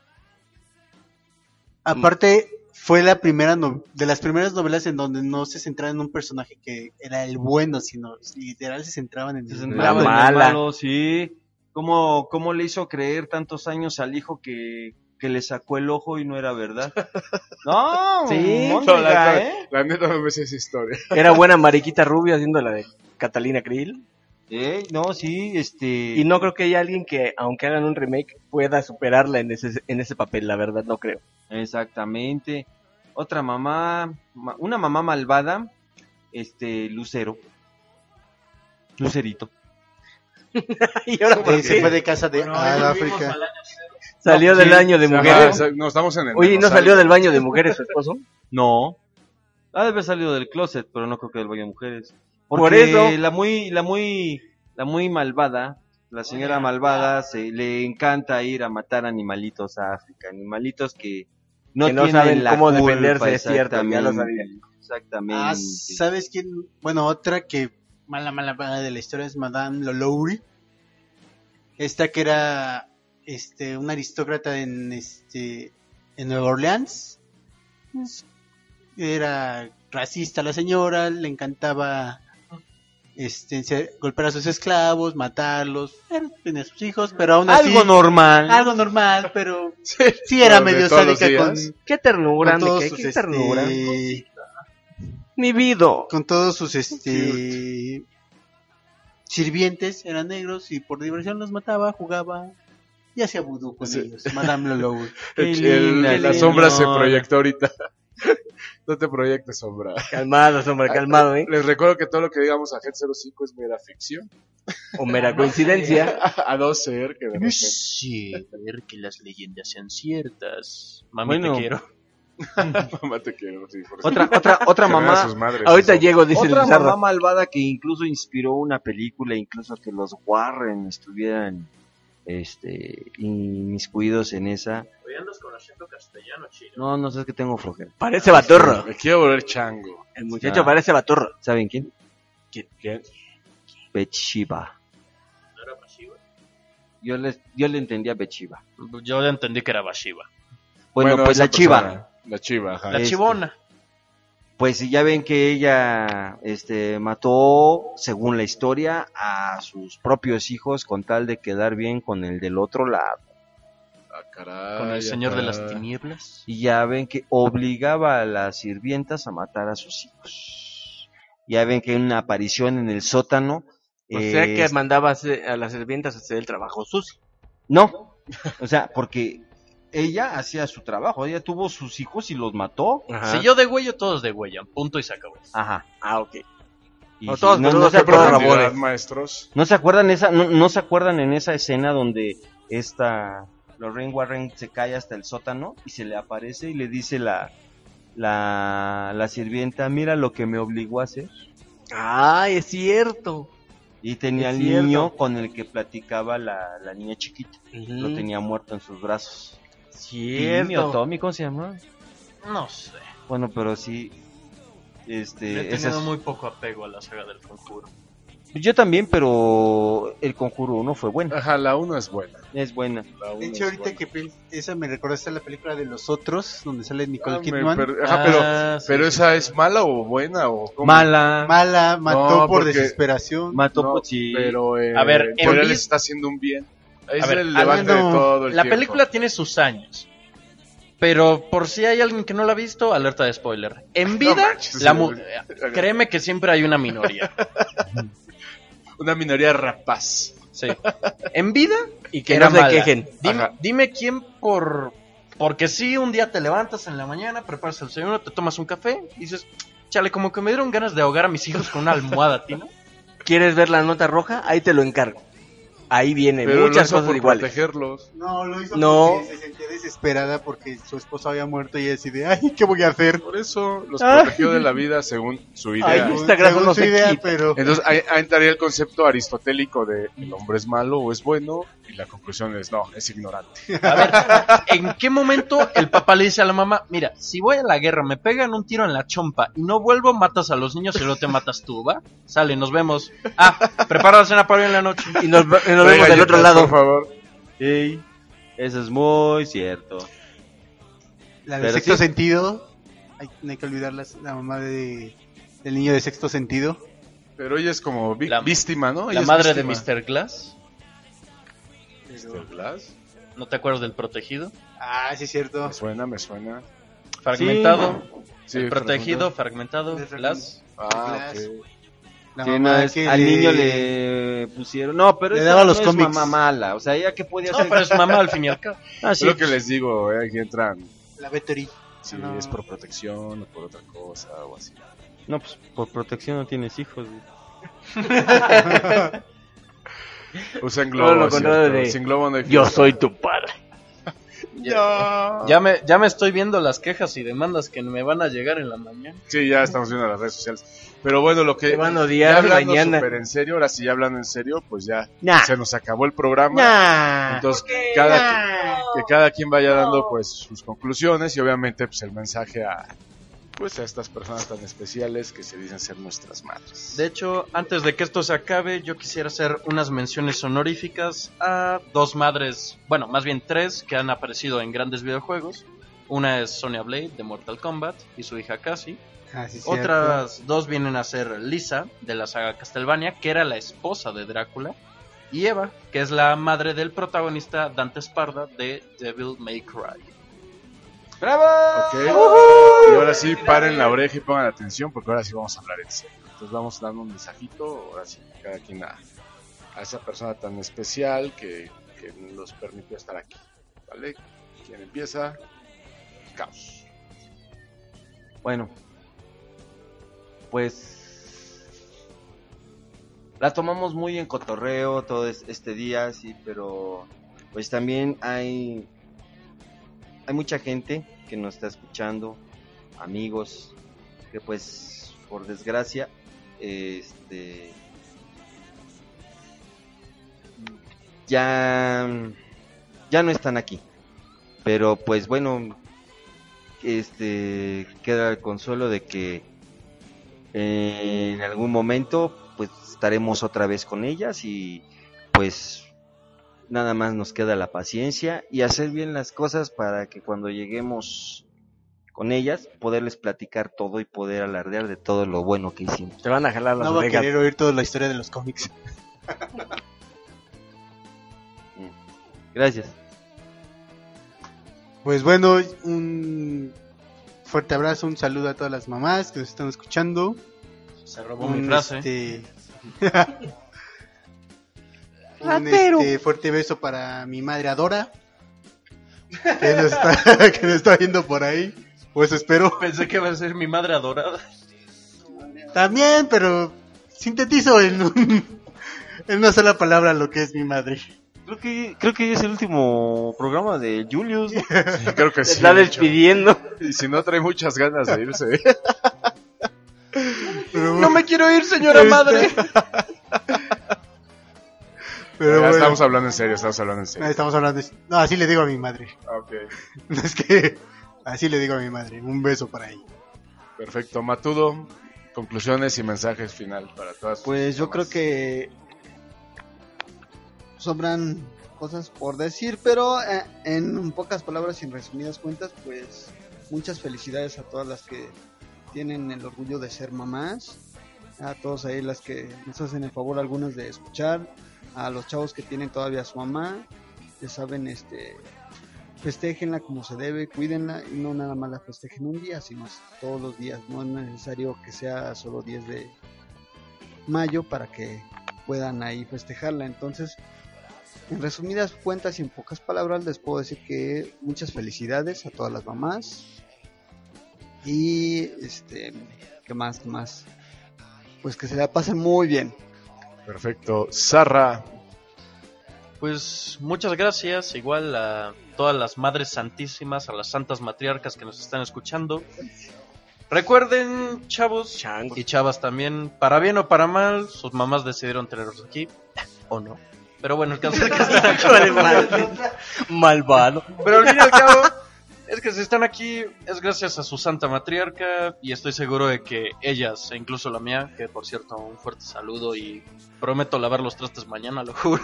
K: aparte fue la primera no- de las primeras novelas en donde no se centraba en un personaje que era el bueno sino literal se centraban en el
D: La
K: malo.
D: mala.
I: sí. ¿Cómo, ¿Cómo le hizo creer tantos años al hijo que, que le sacó el ojo y no era verdad? No,
D: Sí,
I: Móndriga,
C: No, la, la-
I: ¿eh?
C: la neta no me sé esa historia.
D: Era buena Mariquita Rubio haciendo la de Catalina Krill.
I: Eh, No, sí, este...
D: Y no creo que haya alguien que, aunque hagan un remake, pueda superarla en ese, en ese papel, la verdad, no creo.
I: Exactamente. Otra mamá, ma- una mamá malvada, este, Lucero. Lucerito.
D: y ahora por
K: Eh, se
D: qué?
K: fue de casa de
F: Bueno,
K: a
F: ahí volvimos
K: África
F: al año
D: Salió del
C: Sí,
D: baño de
C: ajá,
D: mujeres.
C: sa- no, estamos en el.
D: Oye, ¿y ¿no
C: dinosaurio.
D: salió del baño de mujeres su esposo?
I: No. Ha de haber salido del closet, pero no creo que del baño de mujeres. Porque
M: Por eso.
I: la muy, la muy, la muy malvada, la señora malvada, se le encanta ir a matar animalitos a África, animalitos que no,
D: Que no
I: tienen
D: saben
I: la
D: cómo
I: culpa,
D: defenderse, es cierto, ya lo
I: exactamente,
D: sabía.
I: Exactamente.
K: Ah, ¿sabes quién? Bueno, otra que mala, mala, mala de la historia es Madame Lolouri. Esta que era este, una aristócrata en, este, en Nueva Orleans.
I: Mm.
K: Es- Era racista la señora, le encantaba este, encer- golpear a sus esclavos, matarlos. eh, Tenía sus hijos, pero aún así...
I: Algo normal.
K: Algo normal, pero sí era
I: Lo de
K: medio
I: todos los
K: sádica con,
I: días.
D: Qué ternura,
K: con todos
D: Miquel,
K: sus,
D: qué ternura.
K: este,
D: Mi vido.
K: Con todos sus este sirvientes eran negros y por diversión los mataba, jugaba y hacía vudú con ellos. Madame Lolowe.
C: El- el- la sombra se proyectó ahorita. No te proyectes, sombra. Ah,
D: Calmado, sombra, calmado, ¿eh?
C: Les recuerdo que todo lo que digamos a Gen 05 es mera ficción.
D: O mera coincidencia.
C: A no ser que de repente-
F: Sí, ver que las leyendas sean ciertas. Mami,
I: Bueno.
F: te quiero.
C: Mamá, te quiero, sí, por
I: Otra,
C: supuesto.
I: otra, otra
C: Que vean a
I: mamá.
C: sus madres,
D: Ahorita
C: eso.
D: llego, dice
I: otra
D: Lizardo.
I: mamá malvada que incluso inspiró una película, incluso que los Warren estuvieran este inmiscuidos en esa.
F: Hoy andas con acento castellano, chino.
I: No, no sé, es que tengo flojera.
D: Parece baturro.
C: Me quiero volver chango.
D: El muchacho
I: Ah.
D: parece baturro.
I: ¿Saben quién?
C: ¿Quién?
I: Bechiva. Yo le, yo le entendía Bechiva.
F: Yo ya entendí que era Bashiva.
I: Bueno, pues
C: esa
I: la chiva.
C: persona, La chiva, ajá.
F: La
I: Este.
F: chivona.
I: Pues si ya ven que ella este, mató, según la historia, a sus propios hijos con tal de quedar bien con el del otro lado.
C: Ah, caray,
F: Con el señor de las
C: ajá.
F: tinieblas.
I: Y ya ven que obligaba a las sirvientas a matar a sus hijos. Ya ven que hay una aparición en el sótano.
D: O sea
I: eh,
D: que mandaba a hacer- a las sirvientas a hacer el trabajo sucio.
I: No, o sea, porque ella hacía su trabajo, ella tuvo sus hijos y los mató.
F: Si yo de huello, todos de huella. Punto y se acabó.
I: Ajá.
D: Ah, ok.
I: Y
D: No,
I: sí,
D: todos, pero no
I: se
D: se
C: Qué
I: acuerdan-
D: acuerdan.
C: profundidad,
D: Ramones.
C: maestros.
I: ¿No se acuerdan esa, no, no se acuerdan en esa escena donde esta Lorraine Warren se cae hasta el sótano y se le aparece y le dice la la, la sirvienta, mira lo que me obligó a hacer.
D: Ay, es cierto.
I: Y tenía
D: Es
I: el
D: cierto.
I: niño con el que platicaba la, la niña chiquita. Lo tenía muerto en sus brazos. Timmy o
D: Cierto.
I: Tommy, ¿cómo se llama?
F: No sé.
I: Bueno, pero sí.
F: Le he
I: Este,
F: tenido
I: esa es-
F: muy poco apego a la saga del conjuro.
I: Yo también, pero el conjuro 1 fue buena.
C: Ajá, la uno es buena.
F: Ah.
I: Es buena.
C: La uno
K: De
C: es
K: hecho, ahorita
C: buena.
K: que pienso- esa me recordaste a la película de Los Otros, donde sale Nicole
C: Ah, me
K: Kidman.
C: perdí. Ajá,
F: Ah,
C: pero,
F: sí,
C: pero
F: sí,
C: esa es mala o buena o cómo?
I: Mala.
K: Mala, mató
C: No,
K: por
C: porque-
K: desesperación.
I: Mató
C: No,
I: por sí.
C: pero eh,
F: A ver,
C: pero
F: en
C: él
F: vi-
C: está haciendo un bien. Es
F: A ver,
C: el
F: al
C: debate de
K: menos
C: todo el
F: La
C: tiempo.
F: película tiene sus años. Pero por si hay alguien que no la ha visto, alerta de spoiler. En vida,
C: manches,
F: la
C: sí,
F: mu-
C: güey.
F: eh, créeme que siempre hay una minoría.
C: una minoría rapaz.
F: Sí. En vida y que
D: Que
F: era
D: no se
F: mala.
D: quejen.
F: Dime,
C: Ajá.
F: dime quién por... Porque si un día te levantas en la mañana, preparas el desayuno, te tomas un café y dices... Chale, como que me dieron ganas de ahogar a mis hijos con una almohada, ¿tino?
D: ¿Quieres ver la nota roja? Ahí te lo encargo. Ahí viene
C: Pero
D: muchas
C: lo hizo
D: cosas
C: por
D: iguales.
C: protegerlos.
K: No, lo hizo
D: No.
K: porque se sentía desesperada porque su esposo había muerto y ella así de, ay, ¿qué voy a hacer?
C: Por eso los
D: Ah.
C: protegió de la vida según su idea.
D: Ay, Instagram
K: Según
D: no
K: su
D: se
K: idea,
D: quita.
K: pero...
C: Entonces ahí, ahí entraría el concepto aristotélico de el hombre es malo o es bueno y la conclusión es no, es ignorante.
F: A ver, ¿en qué momento el papá le dice a la mamá, mira, si voy a la guerra, me pegan un tiro en la chompa y no vuelvo, matas a los niños y luego te matas tú, ¿va? Sale, nos vemos. Ah, prepara la cena para hoy en la noche.
D: Y nos, y nos
C: Trae
D: vemos del
C: galletas,
D: otro lado.
C: Por favor.
I: Ey, eso es muy cierto.
K: La de
I: Pero
K: sexto
I: sí.
K: sentido. Hay, no hay que olvidar las- la mamá de, del niño de sexto sentido.
C: Pero ella es como vi-
F: La-
C: víctima, ¿no? Ella
F: la
C: es
F: madre de
C: víctima.
F: Mr. Glass,
C: Mr. Glass.
F: ¿no te acuerdas del protegido?
K: Ah, sí, es cierto.
C: Me suena, me suena.
F: Fragmentado,
C: Sí,
F: el protegido,
C: fragmentado.
F: fragmentado,
K: Desfragmentado.
F: Glass.
C: Ah,
K: Glass.
C: ok.
K: La
I: Que
K: mamá
I: no es-
K: que
I: al
K: le-
I: niño le Eh, pusieron. No, pero
K: le
I: esa
K: daba
I: no
K: los
I: es
K: cómics.
I: mamá mala. O sea, ella que podía
F: No,
I: hacer.
F: pero es mamá al fin y al cabo.
I: Ah,
C: Es
I: sí.
C: lo que les digo, eh, aquí entran
K: La Vettori.
C: si
K: No.
C: es por protección o por otra cosa o así.
I: No, pues por protección no tienes hijos. güey.
C: Usan globo.
D: Todo lo
C: es
D: contrario
C: cierto.
D: de-
C: Sin globo no hay
D: Yo
C: fiesta.
D: soy tu padre.
F: Ya, ya me, ya me estoy viendo las quejas y demandas que me van a llegar en la mañana.
C: Sí, ya estamos viendo las redes sociales. Pero bueno, lo que.
N: Te van a odiar
C: ya hablando
N: mañana.
C: súper en serio, ahora sí ya hablando en serio, pues ya
N: Nah.
C: se nos acabó el programa.
N: Nah.
C: Entonces, cada, que cada quien vaya dando pues sus conclusiones y obviamente pues el mensaje a pues a estas personas tan especiales que se dicen ser nuestras madres.
F: De hecho, antes de que esto se acabe, yo quisiera hacer unas menciones honoríficas a dos madres, bueno, más bien tres, que han aparecido en grandes videojuegos. Una es Sonya Blade de Mortal Kombat y su hija Cassie.
O: Ah, sí, cierto.
F: Otras dos vienen a ser Lisa de la saga Castlevania, que era la esposa de Drácula, y Eva, que es la madre del protagonista Dante Sparda de Devil May Cry.
C: Ok. Y ahora sí, paren la oreja y pongan atención porque ahora sí vamos a hablar en serio. Entonces vamos dando un mensajito, ahora sí, cada quien a, a esa persona tan especial que, que nos permitió estar aquí. ¿Vale? ¿Quién empieza? Caos.
I: Bueno, pues la tomamos muy en cotorreo todo es- este día, sí, pero pues también hay hay mucha gente que nos está escuchando, amigos que pues por desgracia este ya ya no están aquí. Pero pues bueno, este queda el consuelo de que eh, en algún momento pues estaremos otra vez con ellas y pues nada más nos queda la paciencia y hacer bien las cosas para que cuando lleguemos con ellas poderles platicar todo y poder alardear de todo lo bueno que hicimos.
D: Te van a jalar las
O: No va a
D: orejas.
O: querer oír toda la historia de los cómics.
I: Gracias.
O: Pues bueno, un fuerte abrazo, un saludo a todas las mamás que nos están escuchando.
F: Se robó
O: Un,
F: mi frase.
O: este, un
J: Ratero.
O: este, fuerte beso para mi madre Adora. Que nos está, que nos está viendo por ahí. O eso espero.
F: Pensé que iba a ser mi madre adorada.
O: También, pero sintetizo en, un- en una sola palabra lo que es mi madre.
I: Creo que creo que es el último programa de Julius. ¿no?
C: Creo que
D: Te
C: sí.
D: está
C: de hecho.
D: despidiendo.
C: Y si no trae muchas ganas de irse.
O: Pero Este,
F: No me quiero ir, señora madre.
O: pero
C: Ya
O: bueno,
C: estamos hablando en serio, estamos hablando en
O: no,
C: serio.
O: estamos hablando. de- No, así le digo a mi madre.
C: Ok.
O: No es que. Así le digo a mi madre. Un beso para ella.
C: Perfecto. Matudo, conclusiones y mensajes final para todas. tus
K: Pues yo creo
C: mamás.
K: que sobran cosas por decir, pero eh, en pocas palabras y en resumidas cuentas, pues muchas felicidades a todas las que tienen el orgullo de ser mamás, a todos ahí las que nos hacen el favor algunas de escuchar, a los chavos que tienen todavía a su mamá, que saben este festejenla como se debe, cuídenla y no nada más la festejen un día, sino todos los días, no es necesario que sea solo 10 de mayo para que puedan ahí festejarla. Entonces, en resumidas cuentas y en pocas palabras, les puedo decir que muchas felicidades a todas las mamás. Y este, ¿qué más? ¿Qué más? Pues que se la pasen muy bien.
C: Perfecto. Sarra,
F: Pues muchas gracias, igual a todas las madres santísimas, a las santas matriarcas que nos están escuchando. Recuerden, chavos
D: Changos.
F: y chavas también, para bien o para mal, sus mamás decidieron tenerlos aquí, o no. Pero bueno, el caso es que están aquí.
N: Malvado.
F: Pero al fin y al cabo, es que si están aquí es gracias a su santa matriarca y estoy seguro de que ellas, e incluso la mía, que por cierto, un fuerte saludo y prometo lavar los trastes mañana, lo juro.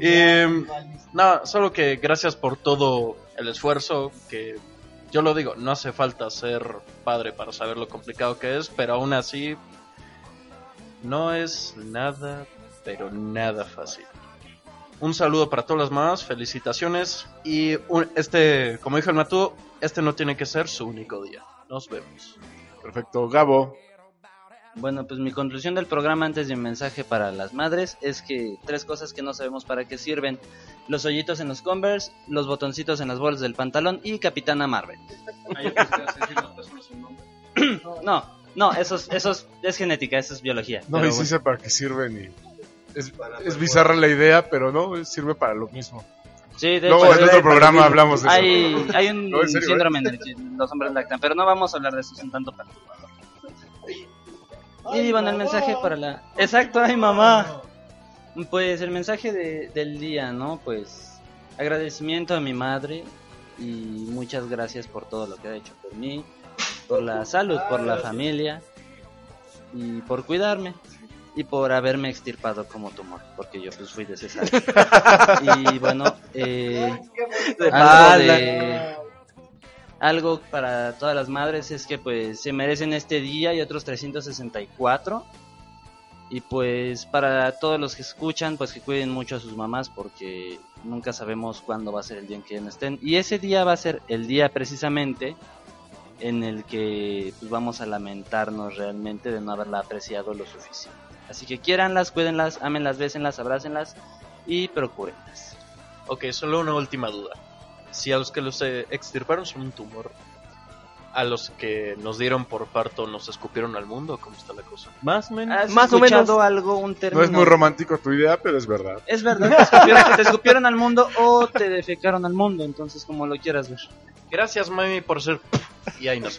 F: Em, nada, solo que gracias por todo el esfuerzo que... Yo lo digo, no hace falta ser padre para saber lo complicado que es, pero aún así no es nada, pero nada fácil. Un saludo para todas las mamás, felicitaciones. Y un- este, como dijo el Matú, este no tiene que ser su único día. Nos vemos.
C: perfecto. Gabo,
N: Bueno, pues mi conclusión del programa antes de un mensaje para las madres es que tres cosas que no sabemos para qué sirven. Los hoyitos en los Converse, los botoncitos en las bolsas del pantalón y Capitana Marvel. No, no, eso es, eso es, es genética, eso es biología.
C: no
N: pero
C: y sí sé para qué sirven y es, es bizarra la idea, pero no, sirve para lo mismo.
F: Sí, de
C: Luego
F: hecho,
C: en otro
F: hay-
C: programa hablamos de eso.
F: hay, Hay un
C: No, en serio, ¿eh?
F: síndrome en el que los hombres lactan, pero no vamos a hablar de eso, es un tanto perturbador. Y bueno, el mensaje para la... Exacto, ay mamá. Pues el mensaje de- del día, ¿no? Pues agradecimiento a mi madre y muchas gracias por todo lo que ha hecho por mí, por la salud, por la familia y por cuidarme y por haberme extirpado como tumor, porque yo pues fui de cesárea. y bueno, eh, algo, de- algo para todas las madres es que pues se merecen este día y otros 364. Y pues para todos los que escuchan, pues que cuiden mucho a sus mamás porque nunca sabemos cuándo va a ser el día en que ya no estén. Y ese día va a ser el día precisamente en el que pues, vamos a lamentarnos realmente de no haberla apreciado lo suficiente. Así que quiéranlas, cuídenlas, ámenlas, bésenlas, abrácenlas y procúrenlas.
P: Ok, solo una última duda. Si a los que los eh, extirparon son un tumor, a los que nos dieron por parto nos escupieron al mundo, ¿cómo está la cosa?
I: Más o
F: ¿Has
I: menos.
F: Más o menos. algo, un término?
C: No es muy romántico tu idea, pero es verdad.
F: Es verdad, te escupieron, te escupieron al mundo o te defecaron al mundo, entonces como lo quieras ver.
P: Gracias, mami, por ser. Y ahí nos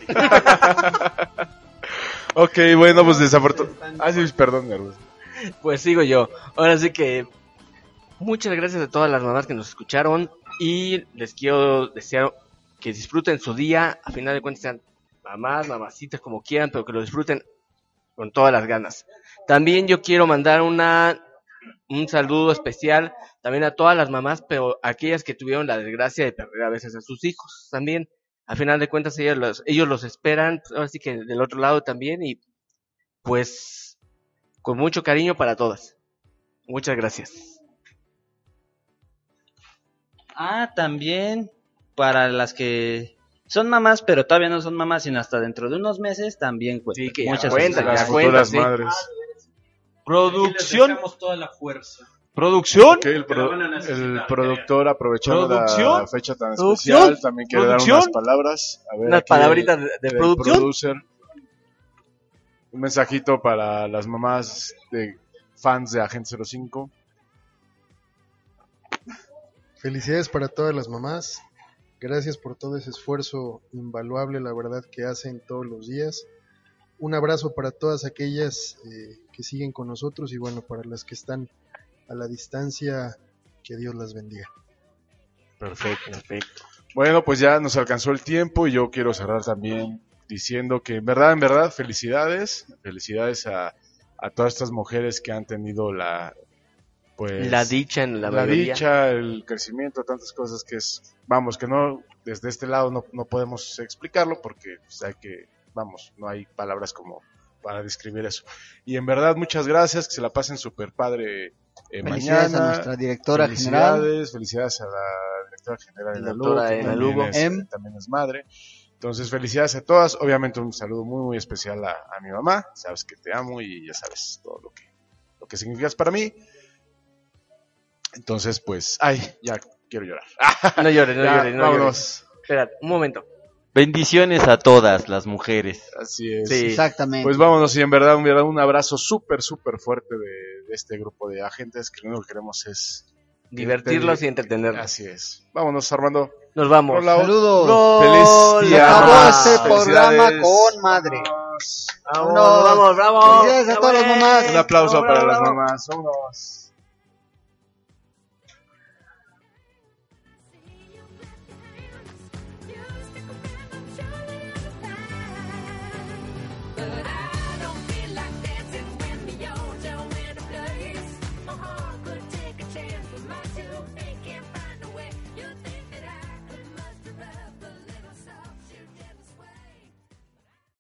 C: Ok, bueno, pues desafortunadamente. Ah, sí, perdón, Nervus.
D: Pues sigo yo. Ahora sí que muchas gracias a todas las mamás que nos escucharon y les quiero desear que disfruten su día. A final de cuentas sean mamás, mamacitas, como quieran, pero que lo disfruten con todas las ganas. También yo quiero mandar una un saludo especial también a todas las mamás, pero a aquellas que tuvieron la desgracia de perder a veces a sus hijos también. A final de cuentas ellos los, ellos los esperan, pues, ahora sí que del otro lado también y pues con mucho cariño para todas. Muchas gracias.
F: Ah, también para las que son mamás, pero todavía no son mamás, sino hasta dentro de unos meses también cuentan.
D: Sí, que ya
F: Muchas
D: cuentan,
F: gracias.
C: Las
D: ya cuentan,
C: futuras
D: sí.
C: madres.
I: Producción.
P: toda la fuerza.
I: Producción.
C: Ok, el, pro-
P: van a necesitar,
C: el
P: quería.
C: productor aprovechando la
I: ¿Producción?
C: fecha tan
I: ¿Producción?
C: especial. También quiere dar unas
I: ¿Producción?
C: palabras. A ver,
D: Unas
C: aquí
D: palabritas
C: el-
D: de, de
C: el
D: producción.
C: producer. Un mensajito para las mamás de fans de Agente 05.
G: Felicidades para todas las mamás. Gracias por todo ese esfuerzo invaluable, la verdad, que hacen todos los días. Un abrazo para todas aquellas eh, que siguen con nosotros y bueno, para las que están a la distancia, que Dios las bendiga.
C: Perfecto. Bueno, pues ya nos alcanzó el tiempo y yo quiero cerrar también diciendo que en verdad, en verdad, felicidades. Felicidades a, a todas estas mujeres que han tenido la... Pues,
D: La dicha en la,
C: la
D: mayoría.
C: dicha, el crecimiento, tantas cosas que es, vamos, que no, desde este lado no, no podemos explicarlo porque pues, hay que, vamos, no hay palabras como para describir eso. Y en verdad, muchas gracias, que se la pasen súper padre eh,
K: Felicidades
C: mañana.
K: a nuestra directora
C: felicidades,
K: general.
C: felicidades a la directora general de la
D: Doctora
C: que
D: Ela
C: también
D: Lugo.
C: es-
K: Em.
C: también es madre. Entonces, felicidades a todas. Obviamente, un saludo muy, muy especial a, a mi mamá. Sabes que te amo y ya sabes todo lo que, lo que significas para mí. Entonces, pues, ay, ya quiero llorar.
D: No llores, no
C: Ya,
D: llores, no llores.
C: vámonos.
D: Espera, un momento.
I: Bendiciones a todas las mujeres.
C: Así es.
D: Sí.
K: Exactamente.
C: Pues vámonos y en verdad, en verdad, un abrazo súper, súper fuerte de, de este grupo de agentes que lo único que queremos es...
D: Divertirlos y entretenerlos.
C: Así es. Vámonos, Armando.
D: Nos vamos.
C: Rolao.
K: Saludos.
C: Feliz
K: Se
C: día.
K: acabó
C: mamás.
K: este programa
C: Felicidades.
K: con madre.
D: Vamos,
K: Vámonos.
D: vamos, vamos.
K: Felicidades a todas las mamás.
C: Un aplauso
D: Bravo,
C: para las
D: bravo.
C: mamás. Vámonos.